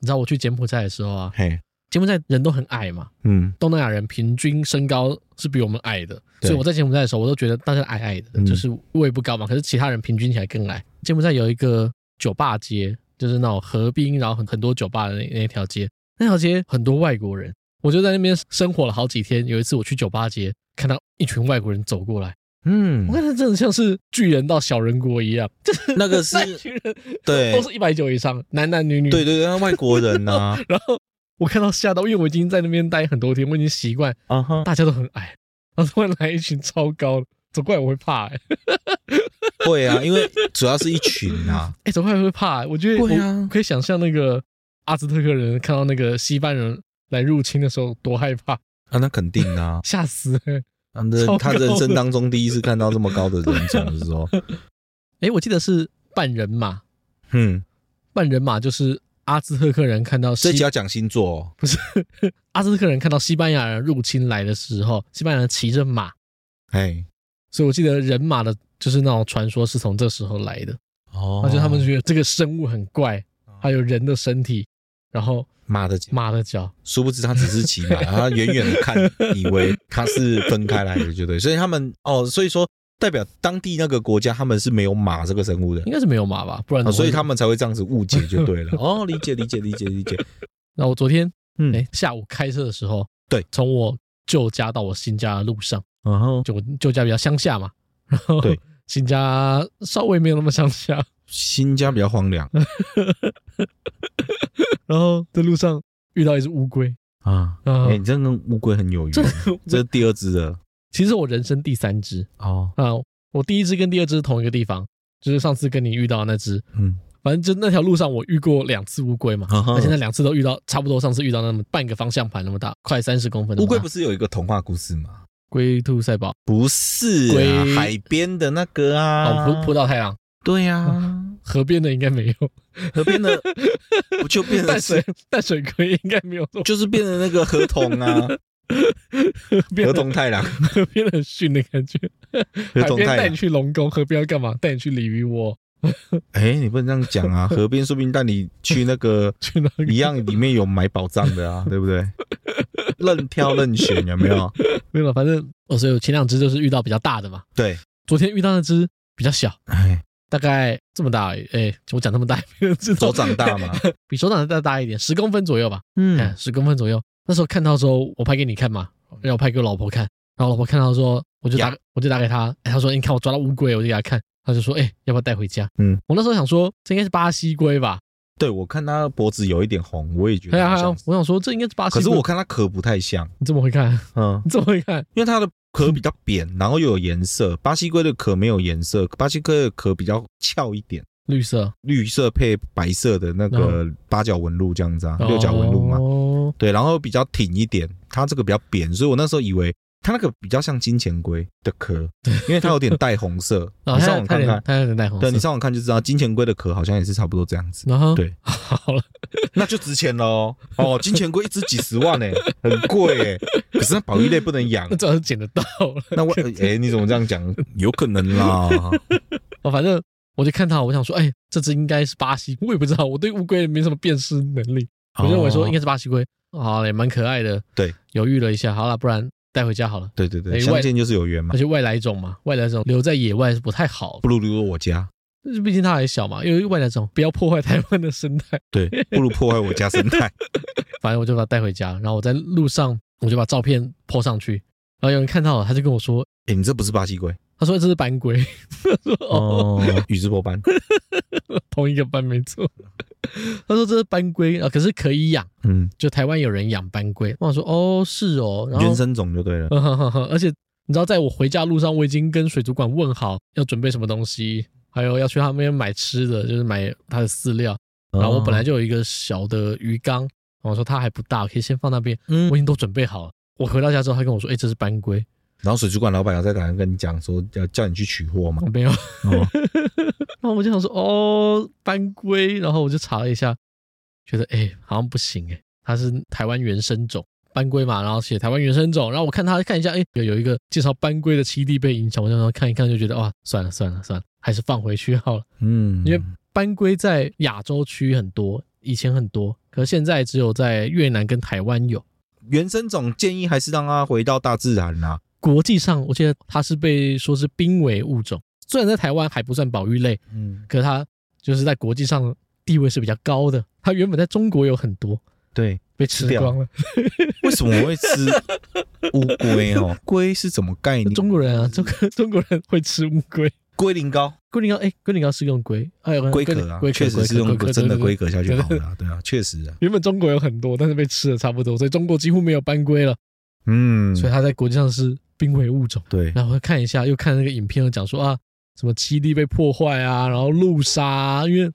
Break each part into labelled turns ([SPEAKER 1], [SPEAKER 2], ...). [SPEAKER 1] 你知道我去柬埔寨的时候啊，
[SPEAKER 2] 嘿，
[SPEAKER 1] 柬埔寨人都很矮嘛，
[SPEAKER 2] 嗯，
[SPEAKER 1] 东南亚人平均身高是比我们矮的，
[SPEAKER 2] 对
[SPEAKER 1] 所以我在柬埔寨的时候，我都觉得大家矮矮的，
[SPEAKER 2] 嗯
[SPEAKER 1] 就是位不高嘛。可是其他人平均起来更矮。柬埔寨有一个酒吧街，就是那种河滨，然后很很多酒吧的那那条街，那条街很多外国人，我就在那边生活了好几天。有一次我去酒吧街，看到一群外国人走过来，
[SPEAKER 2] 嗯
[SPEAKER 1] 我，看他真的像是巨人到小人国一样，
[SPEAKER 2] 那个是
[SPEAKER 1] 那一群人
[SPEAKER 2] 对
[SPEAKER 1] 都是一百九以上，男男女女，
[SPEAKER 2] 对对对，那外国人啊呐，
[SPEAKER 1] 然后我看到吓到，因为我已经在那边待很多天，我已经习惯
[SPEAKER 2] 啊哈，
[SPEAKER 1] 大家都很矮，然后突然来一群超高的，走过来我会怕、欸，哎、
[SPEAKER 2] 会啊，因为主要是一群啊，
[SPEAKER 1] 走过来会怕欸、我觉得
[SPEAKER 2] 会啊
[SPEAKER 1] 我可以想象那个阿兹特克人看到那个西班牙人来入侵的时候多害怕，
[SPEAKER 2] 啊，那肯定啊，
[SPEAKER 1] 吓死、欸！
[SPEAKER 2] 啊那
[SPEAKER 1] 超
[SPEAKER 2] 他
[SPEAKER 1] 高的
[SPEAKER 2] 人生当中第一次看到这么高的人种的时候，
[SPEAKER 1] 哎、我记得是半人马，
[SPEAKER 2] 嗯，
[SPEAKER 1] 半人马就是阿兹特克人看到
[SPEAKER 2] 这
[SPEAKER 1] 西
[SPEAKER 2] 集要讲星座哦，
[SPEAKER 1] 阿兹特克人看到西班牙人入侵来的时候，西班牙人骑着马，
[SPEAKER 2] 哎，
[SPEAKER 1] 所以我记得人马的就是那种传说是从这时候来的。
[SPEAKER 2] 哦
[SPEAKER 1] 而且他们觉得这个生物很怪，还有人的身体，然后
[SPEAKER 2] 马的，
[SPEAKER 1] 马的脚，
[SPEAKER 2] 殊不知他只是骑马， 然后他远远的看，以为他是分开来的，就对，所以他们哦，所以说代表当地那个国家他们是没有马这个生物的
[SPEAKER 1] 应。该是没有马吧，不然
[SPEAKER 2] 哦
[SPEAKER 1] 怎么会、
[SPEAKER 2] 所以他们才会这样子误解就对了。哦，理解理解理解理解。
[SPEAKER 1] 那我昨天
[SPEAKER 2] 嗯
[SPEAKER 1] 哎、下午开车的时候，
[SPEAKER 2] 对，
[SPEAKER 1] 从我舅家到我新家的路上，
[SPEAKER 2] 然后
[SPEAKER 1] 就我舅家比较乡下嘛， 然后
[SPEAKER 2] 对
[SPEAKER 1] 新家稍微没有那么乡下，
[SPEAKER 2] 新家比较荒凉
[SPEAKER 1] 然后在路上遇到一只乌龟
[SPEAKER 2] 啊。
[SPEAKER 1] 啊，
[SPEAKER 2] 哎、你这跟乌龟很有缘，这是第二只的
[SPEAKER 1] 其实我人生第三只
[SPEAKER 2] 哦。
[SPEAKER 1] 啊，我第一只跟第二只是同一个地方，就是上次跟你遇到的那只，
[SPEAKER 2] 嗯，
[SPEAKER 1] 反正就那条路上我遇过两次乌龟嘛，
[SPEAKER 2] 啊哈
[SPEAKER 1] 而且那两次都遇到差不多，上次遇到那么半个方向盘那么大，快三十公分那
[SPEAKER 2] 乌
[SPEAKER 1] 么大。
[SPEAKER 2] 龟不是有一个童话故事吗？
[SPEAKER 1] 龟兔赛跑，
[SPEAKER 2] 不是啊，
[SPEAKER 1] 龟
[SPEAKER 2] 海边的那个啊，
[SPEAKER 1] 哦，扑扑到太阳，
[SPEAKER 2] 对呀、
[SPEAKER 1] 河边的应该没有，
[SPEAKER 2] 河边 的不就变
[SPEAKER 1] 淡
[SPEAKER 2] 成
[SPEAKER 1] 水
[SPEAKER 2] 是，
[SPEAKER 1] 淡水龟应该没有这种
[SPEAKER 2] 就是变成那个河 童啊，
[SPEAKER 1] 河
[SPEAKER 2] 河
[SPEAKER 1] 边的
[SPEAKER 2] 童太郎，
[SPEAKER 1] 河边的训的感觉。
[SPEAKER 2] 河
[SPEAKER 1] 海
[SPEAKER 2] 童
[SPEAKER 1] 边
[SPEAKER 2] 太
[SPEAKER 1] 带你
[SPEAKER 2] 郎。
[SPEAKER 1] 去龙宫，河边要干嘛？带你去鲤鱼窝，
[SPEAKER 2] 哎、你不能这样讲 啊，河边说不定带你去那 个
[SPEAKER 1] 去那
[SPEAKER 2] 一
[SPEAKER 1] 里
[SPEAKER 2] 样，里面有埋宝藏的啊，对不 对？任挑任选有没有？
[SPEAKER 1] 没有了，反正哦，所以我前两只就是遇到比较大的嘛，
[SPEAKER 2] 对，
[SPEAKER 1] 昨天遇到那只比较小，
[SPEAKER 2] 哎，
[SPEAKER 1] 大概这么大而已，哎、我讲这么大，没人知道
[SPEAKER 2] 手掌大嘛，
[SPEAKER 1] 比手掌再大一点，十公分左右吧。
[SPEAKER 2] 嗯嗯
[SPEAKER 1] 嗯，十公分左右。那时候看到之后，我拍给你看嘛，然后拍给我老婆看，然后我老婆看到之后，我就打
[SPEAKER 2] 呀
[SPEAKER 1] 我就打给她，哎，她说你看我抓到乌龟了，我就给她看，她就说哎、要不要带回家？
[SPEAKER 2] 嗯，
[SPEAKER 1] 我那时候想说这应该是巴西龟吧，
[SPEAKER 2] 对我看他脖子有一点红，我也觉
[SPEAKER 1] 哎
[SPEAKER 2] 得
[SPEAKER 1] 呀，
[SPEAKER 2] 好
[SPEAKER 1] 哎呀
[SPEAKER 2] 像，
[SPEAKER 1] 我想说这应该是巴西
[SPEAKER 2] 可
[SPEAKER 1] 龟，
[SPEAKER 2] 是我看他壳不太像，
[SPEAKER 1] 你这么会看，
[SPEAKER 2] 嗯，
[SPEAKER 1] 你这么会看，
[SPEAKER 2] 因为它的壳比较扁，然后又有颜色，巴西龟的壳没有颜色，巴西龟的壳比较翘一点，
[SPEAKER 1] 绿色
[SPEAKER 2] 绿色配白色的那个八角纹路这样子啊，六角纹路嘛，
[SPEAKER 1] 嗯哦，
[SPEAKER 2] 对，然后比较挺一点，它这个比较扁，所以我那时候以为。它那个比较像金钱龟的壳，因为它有点带红色。
[SPEAKER 1] 然
[SPEAKER 2] 你
[SPEAKER 1] 后
[SPEAKER 2] 上
[SPEAKER 1] 它
[SPEAKER 2] 网
[SPEAKER 1] 它
[SPEAKER 2] 看
[SPEAKER 1] 脸
[SPEAKER 2] 看，
[SPEAKER 1] 它脸带红
[SPEAKER 2] 对你
[SPEAKER 1] 色，嗯
[SPEAKER 2] 上网看就知道，金钱龟的壳好像也是差不多这样子。
[SPEAKER 1] 然后
[SPEAKER 2] 对，
[SPEAKER 1] 好了，
[SPEAKER 2] 那就值钱喽。哦，金钱龟一只几十万呢、欸 很贵哎、可是它保育类不能 养
[SPEAKER 1] 那，主要是捡得到了，
[SPEAKER 2] 那我哎、你怎么这样讲？有可能啦。
[SPEAKER 1] 哦，反正我就看它，我想说，哎，这只应该是巴西，我也不知道，我对乌龟没什么辨识能力。 我认为说应
[SPEAKER 2] 该
[SPEAKER 1] 该是巴西龟，好嘞，蛮可爱的。
[SPEAKER 2] 哦对，
[SPEAKER 1] 犹豫了一下，好了，不然带回家好了。
[SPEAKER 2] 对对对，
[SPEAKER 1] 哎
[SPEAKER 2] 相
[SPEAKER 1] 外
[SPEAKER 2] 见就是有缘嘛
[SPEAKER 1] 而。且外来种嘛，外来种留在野外是不太好，
[SPEAKER 2] 不如留我家，
[SPEAKER 1] 毕竟它还小嘛，因为外来种不要破坏台湾的生态。
[SPEAKER 2] 对，不如破坏我家生态。
[SPEAKER 1] 反正我就把它带回家，然后我在路上我就把照片 po 上去，然后有人看到了，他就跟我说，
[SPEAKER 2] 哎、你这不是巴西龟
[SPEAKER 1] 他说这是斑龟， 他说哦，
[SPEAKER 2] 哦，宇智波斑。
[SPEAKER 1] 同一个斑没错。 他说这是斑龟啊，可是可以养，
[SPEAKER 2] 嗯，
[SPEAKER 1] 就台湾有人养斑龟。我想说哦，是哦，然后
[SPEAKER 2] 原生种就对了。
[SPEAKER 1] 嗯哼哼哼， 而且你知道，在我回家路上，我已经跟水族馆问好要准备什么东西，还有要去他那边买吃的，就是买它的饲料。
[SPEAKER 2] 哦
[SPEAKER 1] 然后我本来
[SPEAKER 2] 就
[SPEAKER 1] 就有一个小的鱼缸，然后我说它还不大，可以先放那边，
[SPEAKER 2] 嗯
[SPEAKER 1] 我已，经都准备好了。我回到家之后，他跟我说：“哎、这是斑龟。
[SPEAKER 2] 然后水族馆老板有在打算跟你讲说要叫你去取货嘛
[SPEAKER 1] 我。没有。
[SPEAKER 2] 哦，
[SPEAKER 1] 然后我就想说：“哦，斑龟。”然后我就查了一下，觉得哎、好像不行哎、它是台湾原生种斑龟嘛，然后写台湾原生种。然后我看它看一下，哎、有有一个介绍斑龟的栖地被影响，我就想说看一看，就觉得哇，算了算了算了，还是放回去好了。
[SPEAKER 2] 嗯，
[SPEAKER 1] 因为斑龟在亚洲区很多，以前很多，可是现在只有在越南跟台湾有。
[SPEAKER 2] 原生种建议还是让它回到大自然啦、
[SPEAKER 1] 国际上，我记得它是被说是濒危物种，虽然在台湾还不算保育类，
[SPEAKER 2] 嗯，
[SPEAKER 1] 可它就是在国际上地位是比较高的。它原本在中国有很多
[SPEAKER 2] 对。
[SPEAKER 1] 被吃
[SPEAKER 2] 吃掉
[SPEAKER 1] 光了，
[SPEAKER 2] 为什么我会吃 乌龟哦？龟是怎么概念？
[SPEAKER 1] 中国
[SPEAKER 2] 嗯
[SPEAKER 1] 人啊，中国中国人会吃乌龟。
[SPEAKER 2] 龟苓膏、
[SPEAKER 1] 龟苓膏，哎、龟苓膏是用龟，哎呦，
[SPEAKER 2] 龟壳啊
[SPEAKER 1] 龟，壳
[SPEAKER 2] 确实是用
[SPEAKER 1] 龟壳
[SPEAKER 2] 真的
[SPEAKER 1] 对对对
[SPEAKER 2] 龟壳下去烤的啊，对啊，确实啊，
[SPEAKER 1] 原本中国有很多，但是被吃的差不多，所以中国几乎没有斑龟了，
[SPEAKER 2] 嗯，
[SPEAKER 1] 所以它在国际上是濒危物种。
[SPEAKER 2] 对，
[SPEAKER 1] 然后我看一下，又看那个影片，又讲说啊，什么基地被破坏啊，然后路杀、啊，因为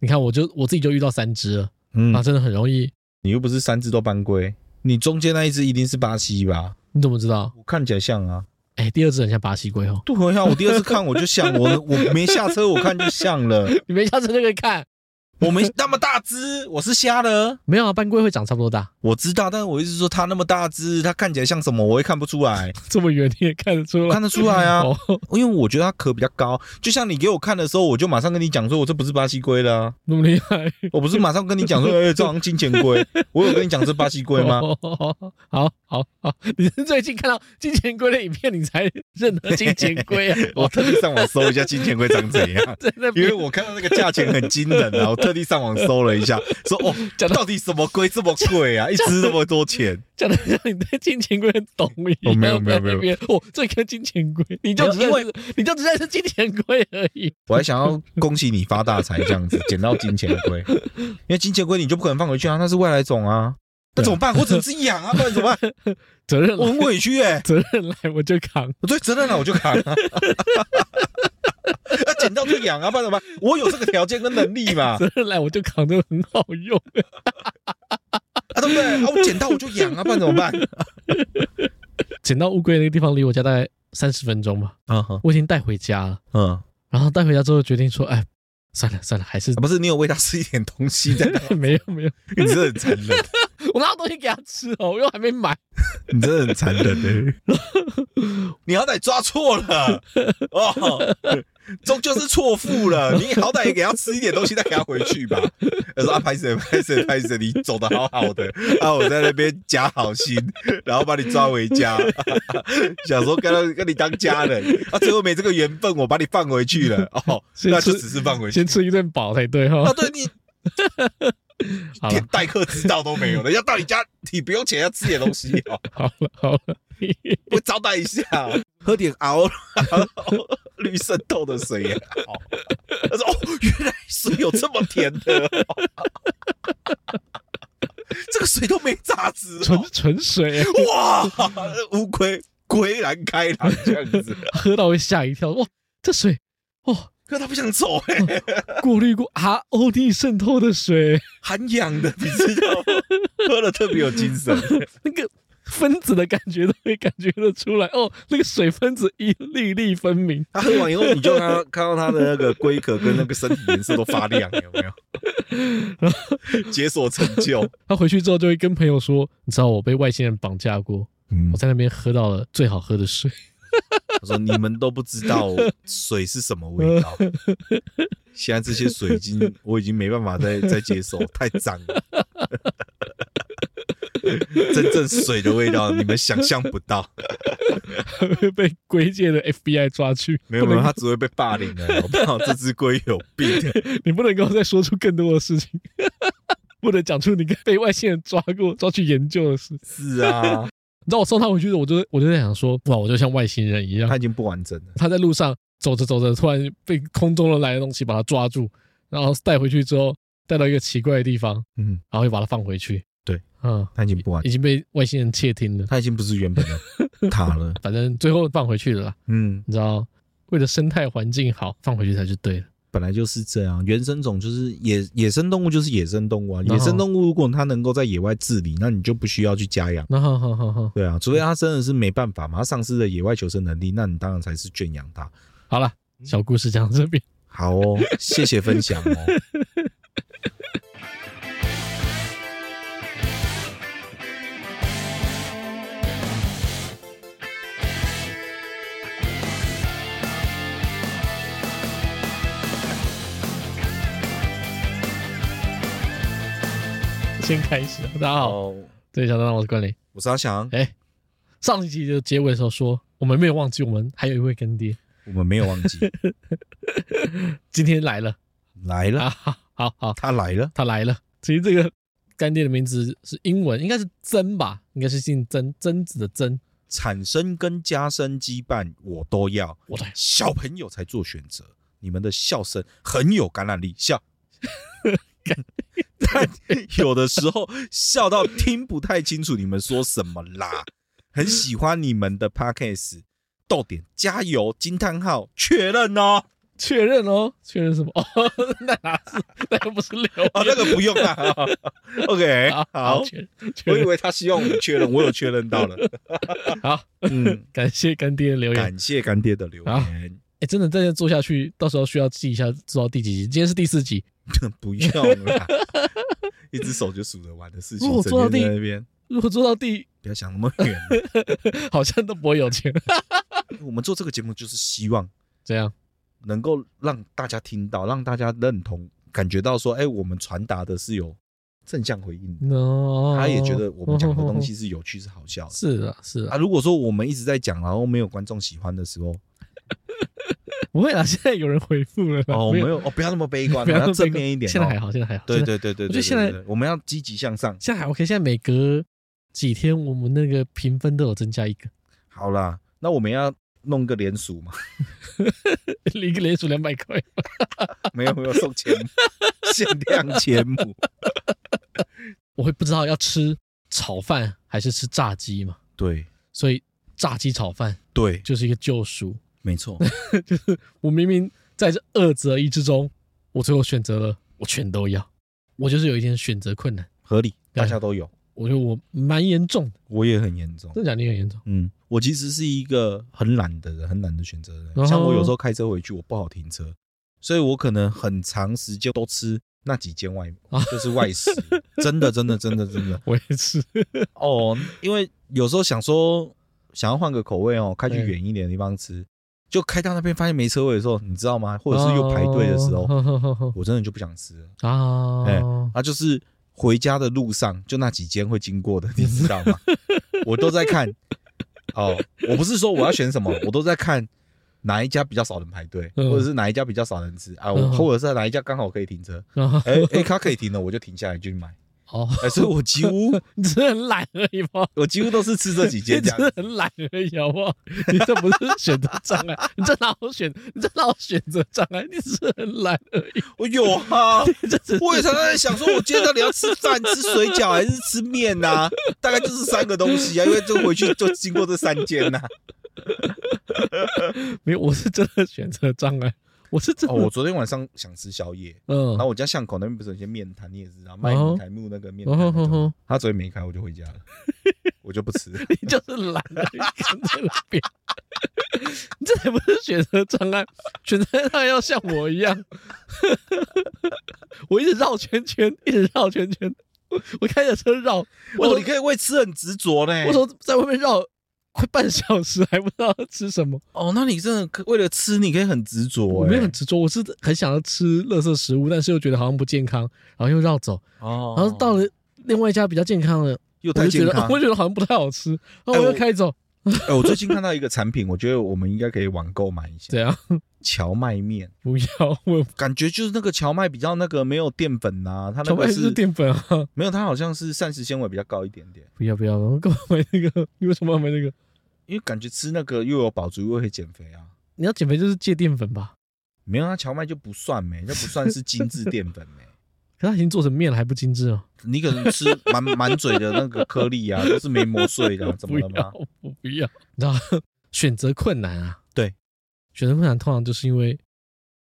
[SPEAKER 1] 你看，我就我自己就遇到三只了，
[SPEAKER 2] 嗯
[SPEAKER 1] 啊，，真的很容易。
[SPEAKER 2] 你又不是三只都斑龟，你中间那一只一定是巴西吧？
[SPEAKER 1] 你怎么知道？
[SPEAKER 2] 我看起来像啊，
[SPEAKER 1] 哎，第二只很像巴西龟哦，
[SPEAKER 2] 对啊，我第二次看我就像，我我没下车我看就像了，
[SPEAKER 1] 你没下次就可以看。
[SPEAKER 2] 我没那么大只，我是瞎的，
[SPEAKER 1] 没有啊，斑龟会长差不多大，
[SPEAKER 2] 我知道，但是我一直说它那么大只，它看起来像什么，我也看不出来，
[SPEAKER 1] 这么远你也看得出
[SPEAKER 2] 我
[SPEAKER 1] 来
[SPEAKER 2] 看。得出来啊，
[SPEAKER 1] 哦，
[SPEAKER 2] 因为我觉得它壳比较高，就像你给我看的时候，我就马上跟你讲说，我这不是巴西龟啦、
[SPEAKER 1] 那么厉害，
[SPEAKER 2] 我不是马上跟你讲 说，哎、这好像金钱龟，我有跟你讲这巴西龟吗？
[SPEAKER 1] 哦？好 好好，你是最近看到金钱龟的影片，你才认得金钱龟啊？，
[SPEAKER 2] 我特地上网搜一下金钱龟长怎样
[SPEAKER 1] 真的不
[SPEAKER 2] 因为我看到那个价钱很惊人啊，我特地上网搜了一下，说哦，
[SPEAKER 1] 讲到
[SPEAKER 2] 到底什么龟这么贵啊？一只这么多钱？
[SPEAKER 1] 讲的像你对金钱龟很懂一样，
[SPEAKER 2] 哦没有没有没有
[SPEAKER 1] 有，哦，这颗金钱龟，你就只
[SPEAKER 2] 没有
[SPEAKER 1] 认
[SPEAKER 2] 因为
[SPEAKER 1] 识，你就只认识金钱龟而已。
[SPEAKER 2] 我还想要恭喜你发大财这 样子，捡到金钱龟，因为金钱龟你就不可能放回去啊，那是外来种啊。那怎么办？我只能自己养啊，不然怎 么办？
[SPEAKER 1] 责任
[SPEAKER 2] 我
[SPEAKER 1] 来，
[SPEAKER 2] 很委屈哎、
[SPEAKER 1] 责任来我就扛。
[SPEAKER 2] 我最责任了，我就 扛啊。那捡到就养啊，不然怎么办？我有这个条件跟能力 嘛，
[SPEAKER 1] 责任来我就扛，真的很好用。
[SPEAKER 2] 啊，对不对？啊，我捡到我就养啊，不然怎么办？
[SPEAKER 1] 捡到乌龟那个地方离我家大概三十分钟吧，
[SPEAKER 2] 嗯
[SPEAKER 1] 我已经带回家了。
[SPEAKER 2] 嗯，
[SPEAKER 1] 然后带回家之后决定说，哎，算了算了， 还是
[SPEAKER 2] 啊不是你有喂它吃一点东西的，
[SPEAKER 1] 没有没有，
[SPEAKER 2] 你真的很残忍，
[SPEAKER 1] 我拿东西给它吃哦，我又还没买。
[SPEAKER 2] 你真的很残忍欸的、 你好歹抓错了哦，终究是错付 了。你好歹也给它吃一点东西，再给它回去吧。他说啊，拍谁拍谁拍谁，你走的好好的，啊，我在那边假好心，然后把你抓回家， 想说跟他跟你当家人，啊，最后没这个缘分，我把你放回去了，哦，
[SPEAKER 1] 先
[SPEAKER 2] 那就
[SPEAKER 1] 吃
[SPEAKER 2] 只是放回去。
[SPEAKER 1] 先吃一顿饱才对哈、
[SPEAKER 2] 啊，对你
[SPEAKER 1] 好
[SPEAKER 2] 连
[SPEAKER 1] 了
[SPEAKER 2] 待客之道都没有了，要到你家你不用钱，要吃点东西哦，
[SPEAKER 1] 好了好了，
[SPEAKER 2] 我招待一下，喝点熬 绿渗透的水也好。他说：“哦，原来水有这么甜的、 这个水都没榨汁、
[SPEAKER 1] 纯
[SPEAKER 2] 哦，
[SPEAKER 1] 纯水、
[SPEAKER 2] 哇，乌龟龟然开朗这样 子，
[SPEAKER 1] 喝到会吓一跳，哇，这水。哇，
[SPEAKER 2] 可他不想走哎、
[SPEAKER 1] 过滤过 ROD 渗透的水，
[SPEAKER 2] 含氧的，你知 道吗，喝了特别有精神。”
[SPEAKER 1] 那个分子的感觉都会感觉得出来哦，那个水分子一粒粒分明。
[SPEAKER 2] 他喝完以后，你就看到看到他的那个龟壳跟那个身体颜色都发亮，有没有？ 解锁成就，
[SPEAKER 1] 他回去之后就会跟朋友说，你知道我被外星人绑架过，
[SPEAKER 2] 嗯
[SPEAKER 1] 我，在那边喝到了最好喝的水。
[SPEAKER 2] 他说你们都不知道水是什么味道，现在这些水已经我已经没办法再再接受，太脏了。真正水的味道，你们想象不到。
[SPEAKER 1] 还会被归界的 FBI 抓去，
[SPEAKER 2] 没有
[SPEAKER 1] 不
[SPEAKER 2] 没有，
[SPEAKER 1] 能
[SPEAKER 2] 它只会被霸凌的，好不好？这只龟有病。
[SPEAKER 1] 你不能够再说出更多的事情， 不能讲出你跟被外星人抓过、抓去研究的事。你
[SPEAKER 2] 是啊，
[SPEAKER 1] 知道我送他回去的时候，我就我就在想说，哇，我就像外星人一样
[SPEAKER 2] 它。已经不完整了。
[SPEAKER 1] 他在路上走着走着，突然被空中的来的东西把他抓住，然后带回去之后，带到一个奇怪的地方，
[SPEAKER 2] 嗯，
[SPEAKER 1] 然后又把它放回去。
[SPEAKER 2] 对，
[SPEAKER 1] 嗯，
[SPEAKER 2] 它已经不完
[SPEAKER 1] 已，经被外星人窃听了，
[SPEAKER 2] 它已经不是原本的它了。
[SPEAKER 1] 反正最后放回去了啦。
[SPEAKER 2] 嗯，
[SPEAKER 1] 你知道，为了生态环境好，放回去才是对的。
[SPEAKER 2] 本来就是这样，原生种就是野野生动物就是野生动物啊。
[SPEAKER 1] 然后
[SPEAKER 2] 野生动物如果它能够在野外自理，那你就不需要去家养。
[SPEAKER 1] 那好好好好，
[SPEAKER 2] 对啊，除非它真的是没办法嘛，它丧失了野外求生能力，那你当然才是圈养它。
[SPEAKER 1] 好了，小故事讲到这边。
[SPEAKER 2] 好哦，谢谢分享哦。
[SPEAKER 1] 先开始。大家好，
[SPEAKER 2] 哦，
[SPEAKER 1] 对，小当当，我是关林。
[SPEAKER 2] 我是阿翔，
[SPEAKER 1] 哎，上一集的结尾的时候说，我们没有忘记，我们还有一位干爹，
[SPEAKER 2] 我们没有忘记，
[SPEAKER 1] 今天来了
[SPEAKER 2] 来了，
[SPEAKER 1] 啊！好好，
[SPEAKER 2] 他来了，
[SPEAKER 1] 他来了。其实这个干爹的名字是英文，应该是曾吧，应该是姓曾，曾子的曾。
[SPEAKER 2] 产生跟加深羁绊我都要，
[SPEAKER 1] 我来，
[SPEAKER 2] 小朋友才做选择，你们的笑声很有感染力， 笑。但有的时候笑到听不太清楚你们说什么 啦。很喜欢你们的 podcast，逗点加油惊叹号确认哦。
[SPEAKER 1] 确认哦，确认什么？哦， 那哪是？那个不是留
[SPEAKER 2] 哦，那
[SPEAKER 1] 言
[SPEAKER 2] 个不用 啦。OK，
[SPEAKER 1] 好
[SPEAKER 2] 哎好
[SPEAKER 1] 好，确认确
[SPEAKER 2] 我以
[SPEAKER 1] 认
[SPEAKER 2] 为他希望我们确认，我有确认到 了。
[SPEAKER 1] 好，
[SPEAKER 2] 嗯，
[SPEAKER 1] 感谢干爹的留言。
[SPEAKER 2] 感谢干爹的留
[SPEAKER 1] 好
[SPEAKER 2] 言。
[SPEAKER 1] 哎，真的再这样做下去，到时候需要记一下做到第几集。今天是第四集，
[SPEAKER 2] 不用啦， 一只手就数得完的事情
[SPEAKER 1] 如，果哦
[SPEAKER 2] 整
[SPEAKER 1] 做到
[SPEAKER 2] 天在
[SPEAKER 1] 第
[SPEAKER 2] 那边，
[SPEAKER 1] 如果做到第，
[SPEAKER 2] 不要想那么远。
[SPEAKER 1] 好像都不会有钱。
[SPEAKER 2] 我们做这个节目就是希望
[SPEAKER 1] 这样，
[SPEAKER 2] 能够让大家听到，让大家认同，感觉到说，哎，我们传达的是有正向回应的，
[SPEAKER 1] no，
[SPEAKER 2] 他也觉得我们讲的东西是有趣、是好笑的。
[SPEAKER 1] 哦是的，是
[SPEAKER 2] 啊，
[SPEAKER 1] 的，
[SPEAKER 2] 如果说我们一直在讲，然后没有观众喜欢的时候，
[SPEAKER 1] 不会啦，啊现在有人回复了啦。
[SPEAKER 2] 哦，
[SPEAKER 1] 没
[SPEAKER 2] 没
[SPEAKER 1] 有，
[SPEAKER 2] 有，哦，不要那么悲观
[SPEAKER 1] 不
[SPEAKER 2] 啊，
[SPEAKER 1] 要
[SPEAKER 2] 要
[SPEAKER 1] 那么悲观
[SPEAKER 2] 正面一点。
[SPEAKER 1] 现在还，好，现在还好。
[SPEAKER 2] 对
[SPEAKER 1] 现在，
[SPEAKER 2] 对对对，
[SPEAKER 1] 我觉
[SPEAKER 2] 对
[SPEAKER 1] 得现在
[SPEAKER 2] 对对我们要积极向上。
[SPEAKER 1] 现在还 OK。现在每隔几天，我们那个评分都有增加一个，
[SPEAKER 2] 好啦，那我们要弄个联署嘛？
[SPEAKER 1] 一个连数两百块。
[SPEAKER 2] 没有没有送钱， 限量钱母。
[SPEAKER 1] 我会不知道要吃炒饭还是吃炸鸡嘛，
[SPEAKER 2] 对
[SPEAKER 1] 所以炸鸡炒饭
[SPEAKER 2] 对，
[SPEAKER 1] 就是一个救赎。
[SPEAKER 2] 没错，
[SPEAKER 1] 就是我明明在这二择一之中，我最后选择了我全都要。我就是有一天选择困难，
[SPEAKER 2] 合理，
[SPEAKER 1] 对
[SPEAKER 2] 大家都有。
[SPEAKER 1] 我觉得我蛮严重的，
[SPEAKER 2] 我也很严重。
[SPEAKER 1] 真的假的？你很严重
[SPEAKER 2] 嗯，我其实是一个很懒的人，很懒得选择的
[SPEAKER 1] 哦
[SPEAKER 2] 人。像我有时候开车回去，我不好停车，所以我可能很长时间都吃那几间外，就是外食。真的，真的，真的，真的。
[SPEAKER 1] 我也是。
[SPEAKER 2] 哦，因为有时候想说想要换个口味哦，开去
[SPEAKER 1] 嗯
[SPEAKER 2] 远一点的地方吃，就开到那边发现没车位的时候，你知道吗？或者是又排队的时候，
[SPEAKER 1] 哦 候
[SPEAKER 2] 我真的就不想吃了。
[SPEAKER 1] 啊，
[SPEAKER 2] 哎啊，就是回家的路上就那几间会经过
[SPEAKER 1] 嗯
[SPEAKER 2] 的，你知道 吗？我都在看。哦，我不是说我要选什么，我都在看哪一家比较少人排队，
[SPEAKER 1] 嗯
[SPEAKER 2] 或者是哪一家比较少人吃啊，
[SPEAKER 1] 嗯
[SPEAKER 2] 我或者是哪一家刚好可以停车。
[SPEAKER 1] 然后
[SPEAKER 2] 哎、 哎，他、可以停了，我就停下来去买。
[SPEAKER 1] 哦，
[SPEAKER 2] 哎、所以我 几乎
[SPEAKER 1] 你只是很懒而已 吗？
[SPEAKER 2] 我几乎都是吃这几
[SPEAKER 1] 你
[SPEAKER 2] 间
[SPEAKER 1] 只
[SPEAKER 2] 这样
[SPEAKER 1] 是很懒而已，好不好？你这不是选择障碍，你这哪有选？你这哪有选择障碍？你只是很懒而已，
[SPEAKER 2] 我有啊，
[SPEAKER 1] 你这只是
[SPEAKER 2] 我也常常在想说，我今天到底要吃饭、吃水饺还是吃面呐、大概就是三个东西啊，因为就回去就经过这三间 啊呐、
[SPEAKER 1] 没有，我是真的选择障碍，我是真
[SPEAKER 2] 哦，
[SPEAKER 1] 的，
[SPEAKER 2] 我昨天晚上想吃宵夜，
[SPEAKER 1] 嗯
[SPEAKER 2] 然后我家巷口那边不是有一些面摊，你也知道，卖
[SPEAKER 1] 哦
[SPEAKER 2] 米台木那个面摊
[SPEAKER 1] 哦
[SPEAKER 2] 那
[SPEAKER 1] 吼
[SPEAKER 2] 种，
[SPEAKER 1] 吼，
[SPEAKER 2] 他昨天没开，我就回家 了，我就不吃了。
[SPEAKER 1] 你就是懒而已，看这个表，你这才不是选择障碍，选择障碍要像我一样， 我一直绕圈圈，一直绕圈圈，我开着车绕，我
[SPEAKER 2] 哦，
[SPEAKER 1] 说
[SPEAKER 2] 你可以为吃很执着呢。
[SPEAKER 1] 我说在外面绕快半小时，还不知道要吃什么，
[SPEAKER 2] 哦，那你真的可为了吃，你可以很执着、欸。
[SPEAKER 1] 我没有很执着，我是很想要吃垃圾食物，但是又觉得好像不健康，然后又绕走，
[SPEAKER 2] 哦，
[SPEAKER 1] 然后到了另外一家比较健康的。
[SPEAKER 2] 又
[SPEAKER 1] 我
[SPEAKER 2] 太
[SPEAKER 1] 就觉
[SPEAKER 2] 健
[SPEAKER 1] 得
[SPEAKER 2] 康。
[SPEAKER 1] 我觉得好像不太好吃，然后我
[SPEAKER 2] 哎我
[SPEAKER 1] 又开走，
[SPEAKER 2] 哎、我最近看到一个产品，我觉得我们应该可以网购买一
[SPEAKER 1] 怎
[SPEAKER 2] 下，
[SPEAKER 1] 样？
[SPEAKER 2] 荞麦面。
[SPEAKER 1] 不要问，
[SPEAKER 2] 感觉就是那个荞麦比较那个没有淀粉呐、它那
[SPEAKER 1] 全部
[SPEAKER 2] 个
[SPEAKER 1] 是
[SPEAKER 2] 是
[SPEAKER 1] 淀粉啊！
[SPEAKER 2] 没有，它好像是膳食纤维比较高一点点，
[SPEAKER 1] 不要不要，我干嘛买那个？ 你为什么要买那个？
[SPEAKER 2] 因为感觉吃那个又有饱足又会减肥啊。
[SPEAKER 1] 你要减肥就是戒淀粉吧？
[SPEAKER 2] 没有，它荞麦就不算没，那不算是精致淀粉没。
[SPEAKER 1] 可它已经做成面了，还不精致哦。
[SPEAKER 2] 你可能吃满满嘴的那个颗粒啊，都是没磨碎的、啊，怎么
[SPEAKER 1] 不
[SPEAKER 2] 了吗
[SPEAKER 1] 要？，我不要。你知道选择困难啊？
[SPEAKER 2] 对，
[SPEAKER 1] 选择困难通常就是因为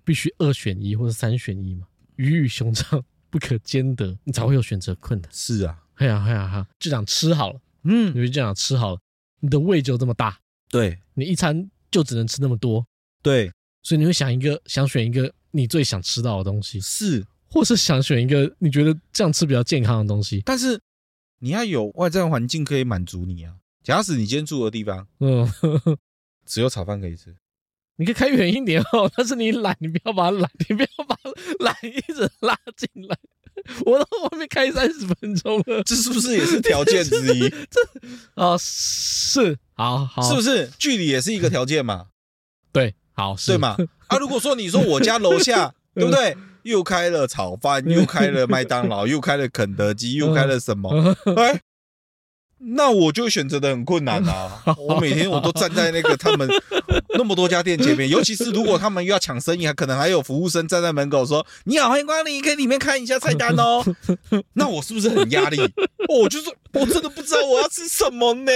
[SPEAKER 1] 必须二选一或者三选一嘛，鱼与熊掌不可兼得，你才会有选择困难。
[SPEAKER 2] 是啊，
[SPEAKER 1] 哎呀哎呀哈，就想吃好了，
[SPEAKER 2] 嗯，
[SPEAKER 1] 你就这样吃好了，你的胃就这么大，
[SPEAKER 2] 对
[SPEAKER 1] 你一餐就只能吃那么多，
[SPEAKER 2] 对
[SPEAKER 1] 所以你会想一个想选一个你最想吃到的东西，
[SPEAKER 2] 是，
[SPEAKER 1] 或是想选一个你觉得这样吃比较健康的东西。
[SPEAKER 2] 但是你要有外在环境可以满足你啊。假使你今天住的地方
[SPEAKER 1] 嗯，
[SPEAKER 2] 只有炒饭可以吃，
[SPEAKER 1] 你可以开 远一点哦，但是你懒，你不要把它懒，你不要把它懒一直拉进来。我到外面开三十分钟了
[SPEAKER 2] 这是不是也是条件之 一？
[SPEAKER 1] 啊，是，好好，
[SPEAKER 2] 哦是不是？距离也是一个条件嘛，
[SPEAKER 1] 对，好，是
[SPEAKER 2] 对？ 嘛？啊，如果说你说我家楼下，对不对？又开了炒饭，又开了麦当劳，又开了肯德基，又开了什么？哎，那我就选择的很困难啊！我每天我都站在那个他们那么多家店前面，尤其是如果他们又要抢生意，还可能还有服务生站在门口说：“你好，欢迎光临，可以里面看一下菜单哦。”那我是不是很压力？哦我就是我真的不知道我要吃什么呢，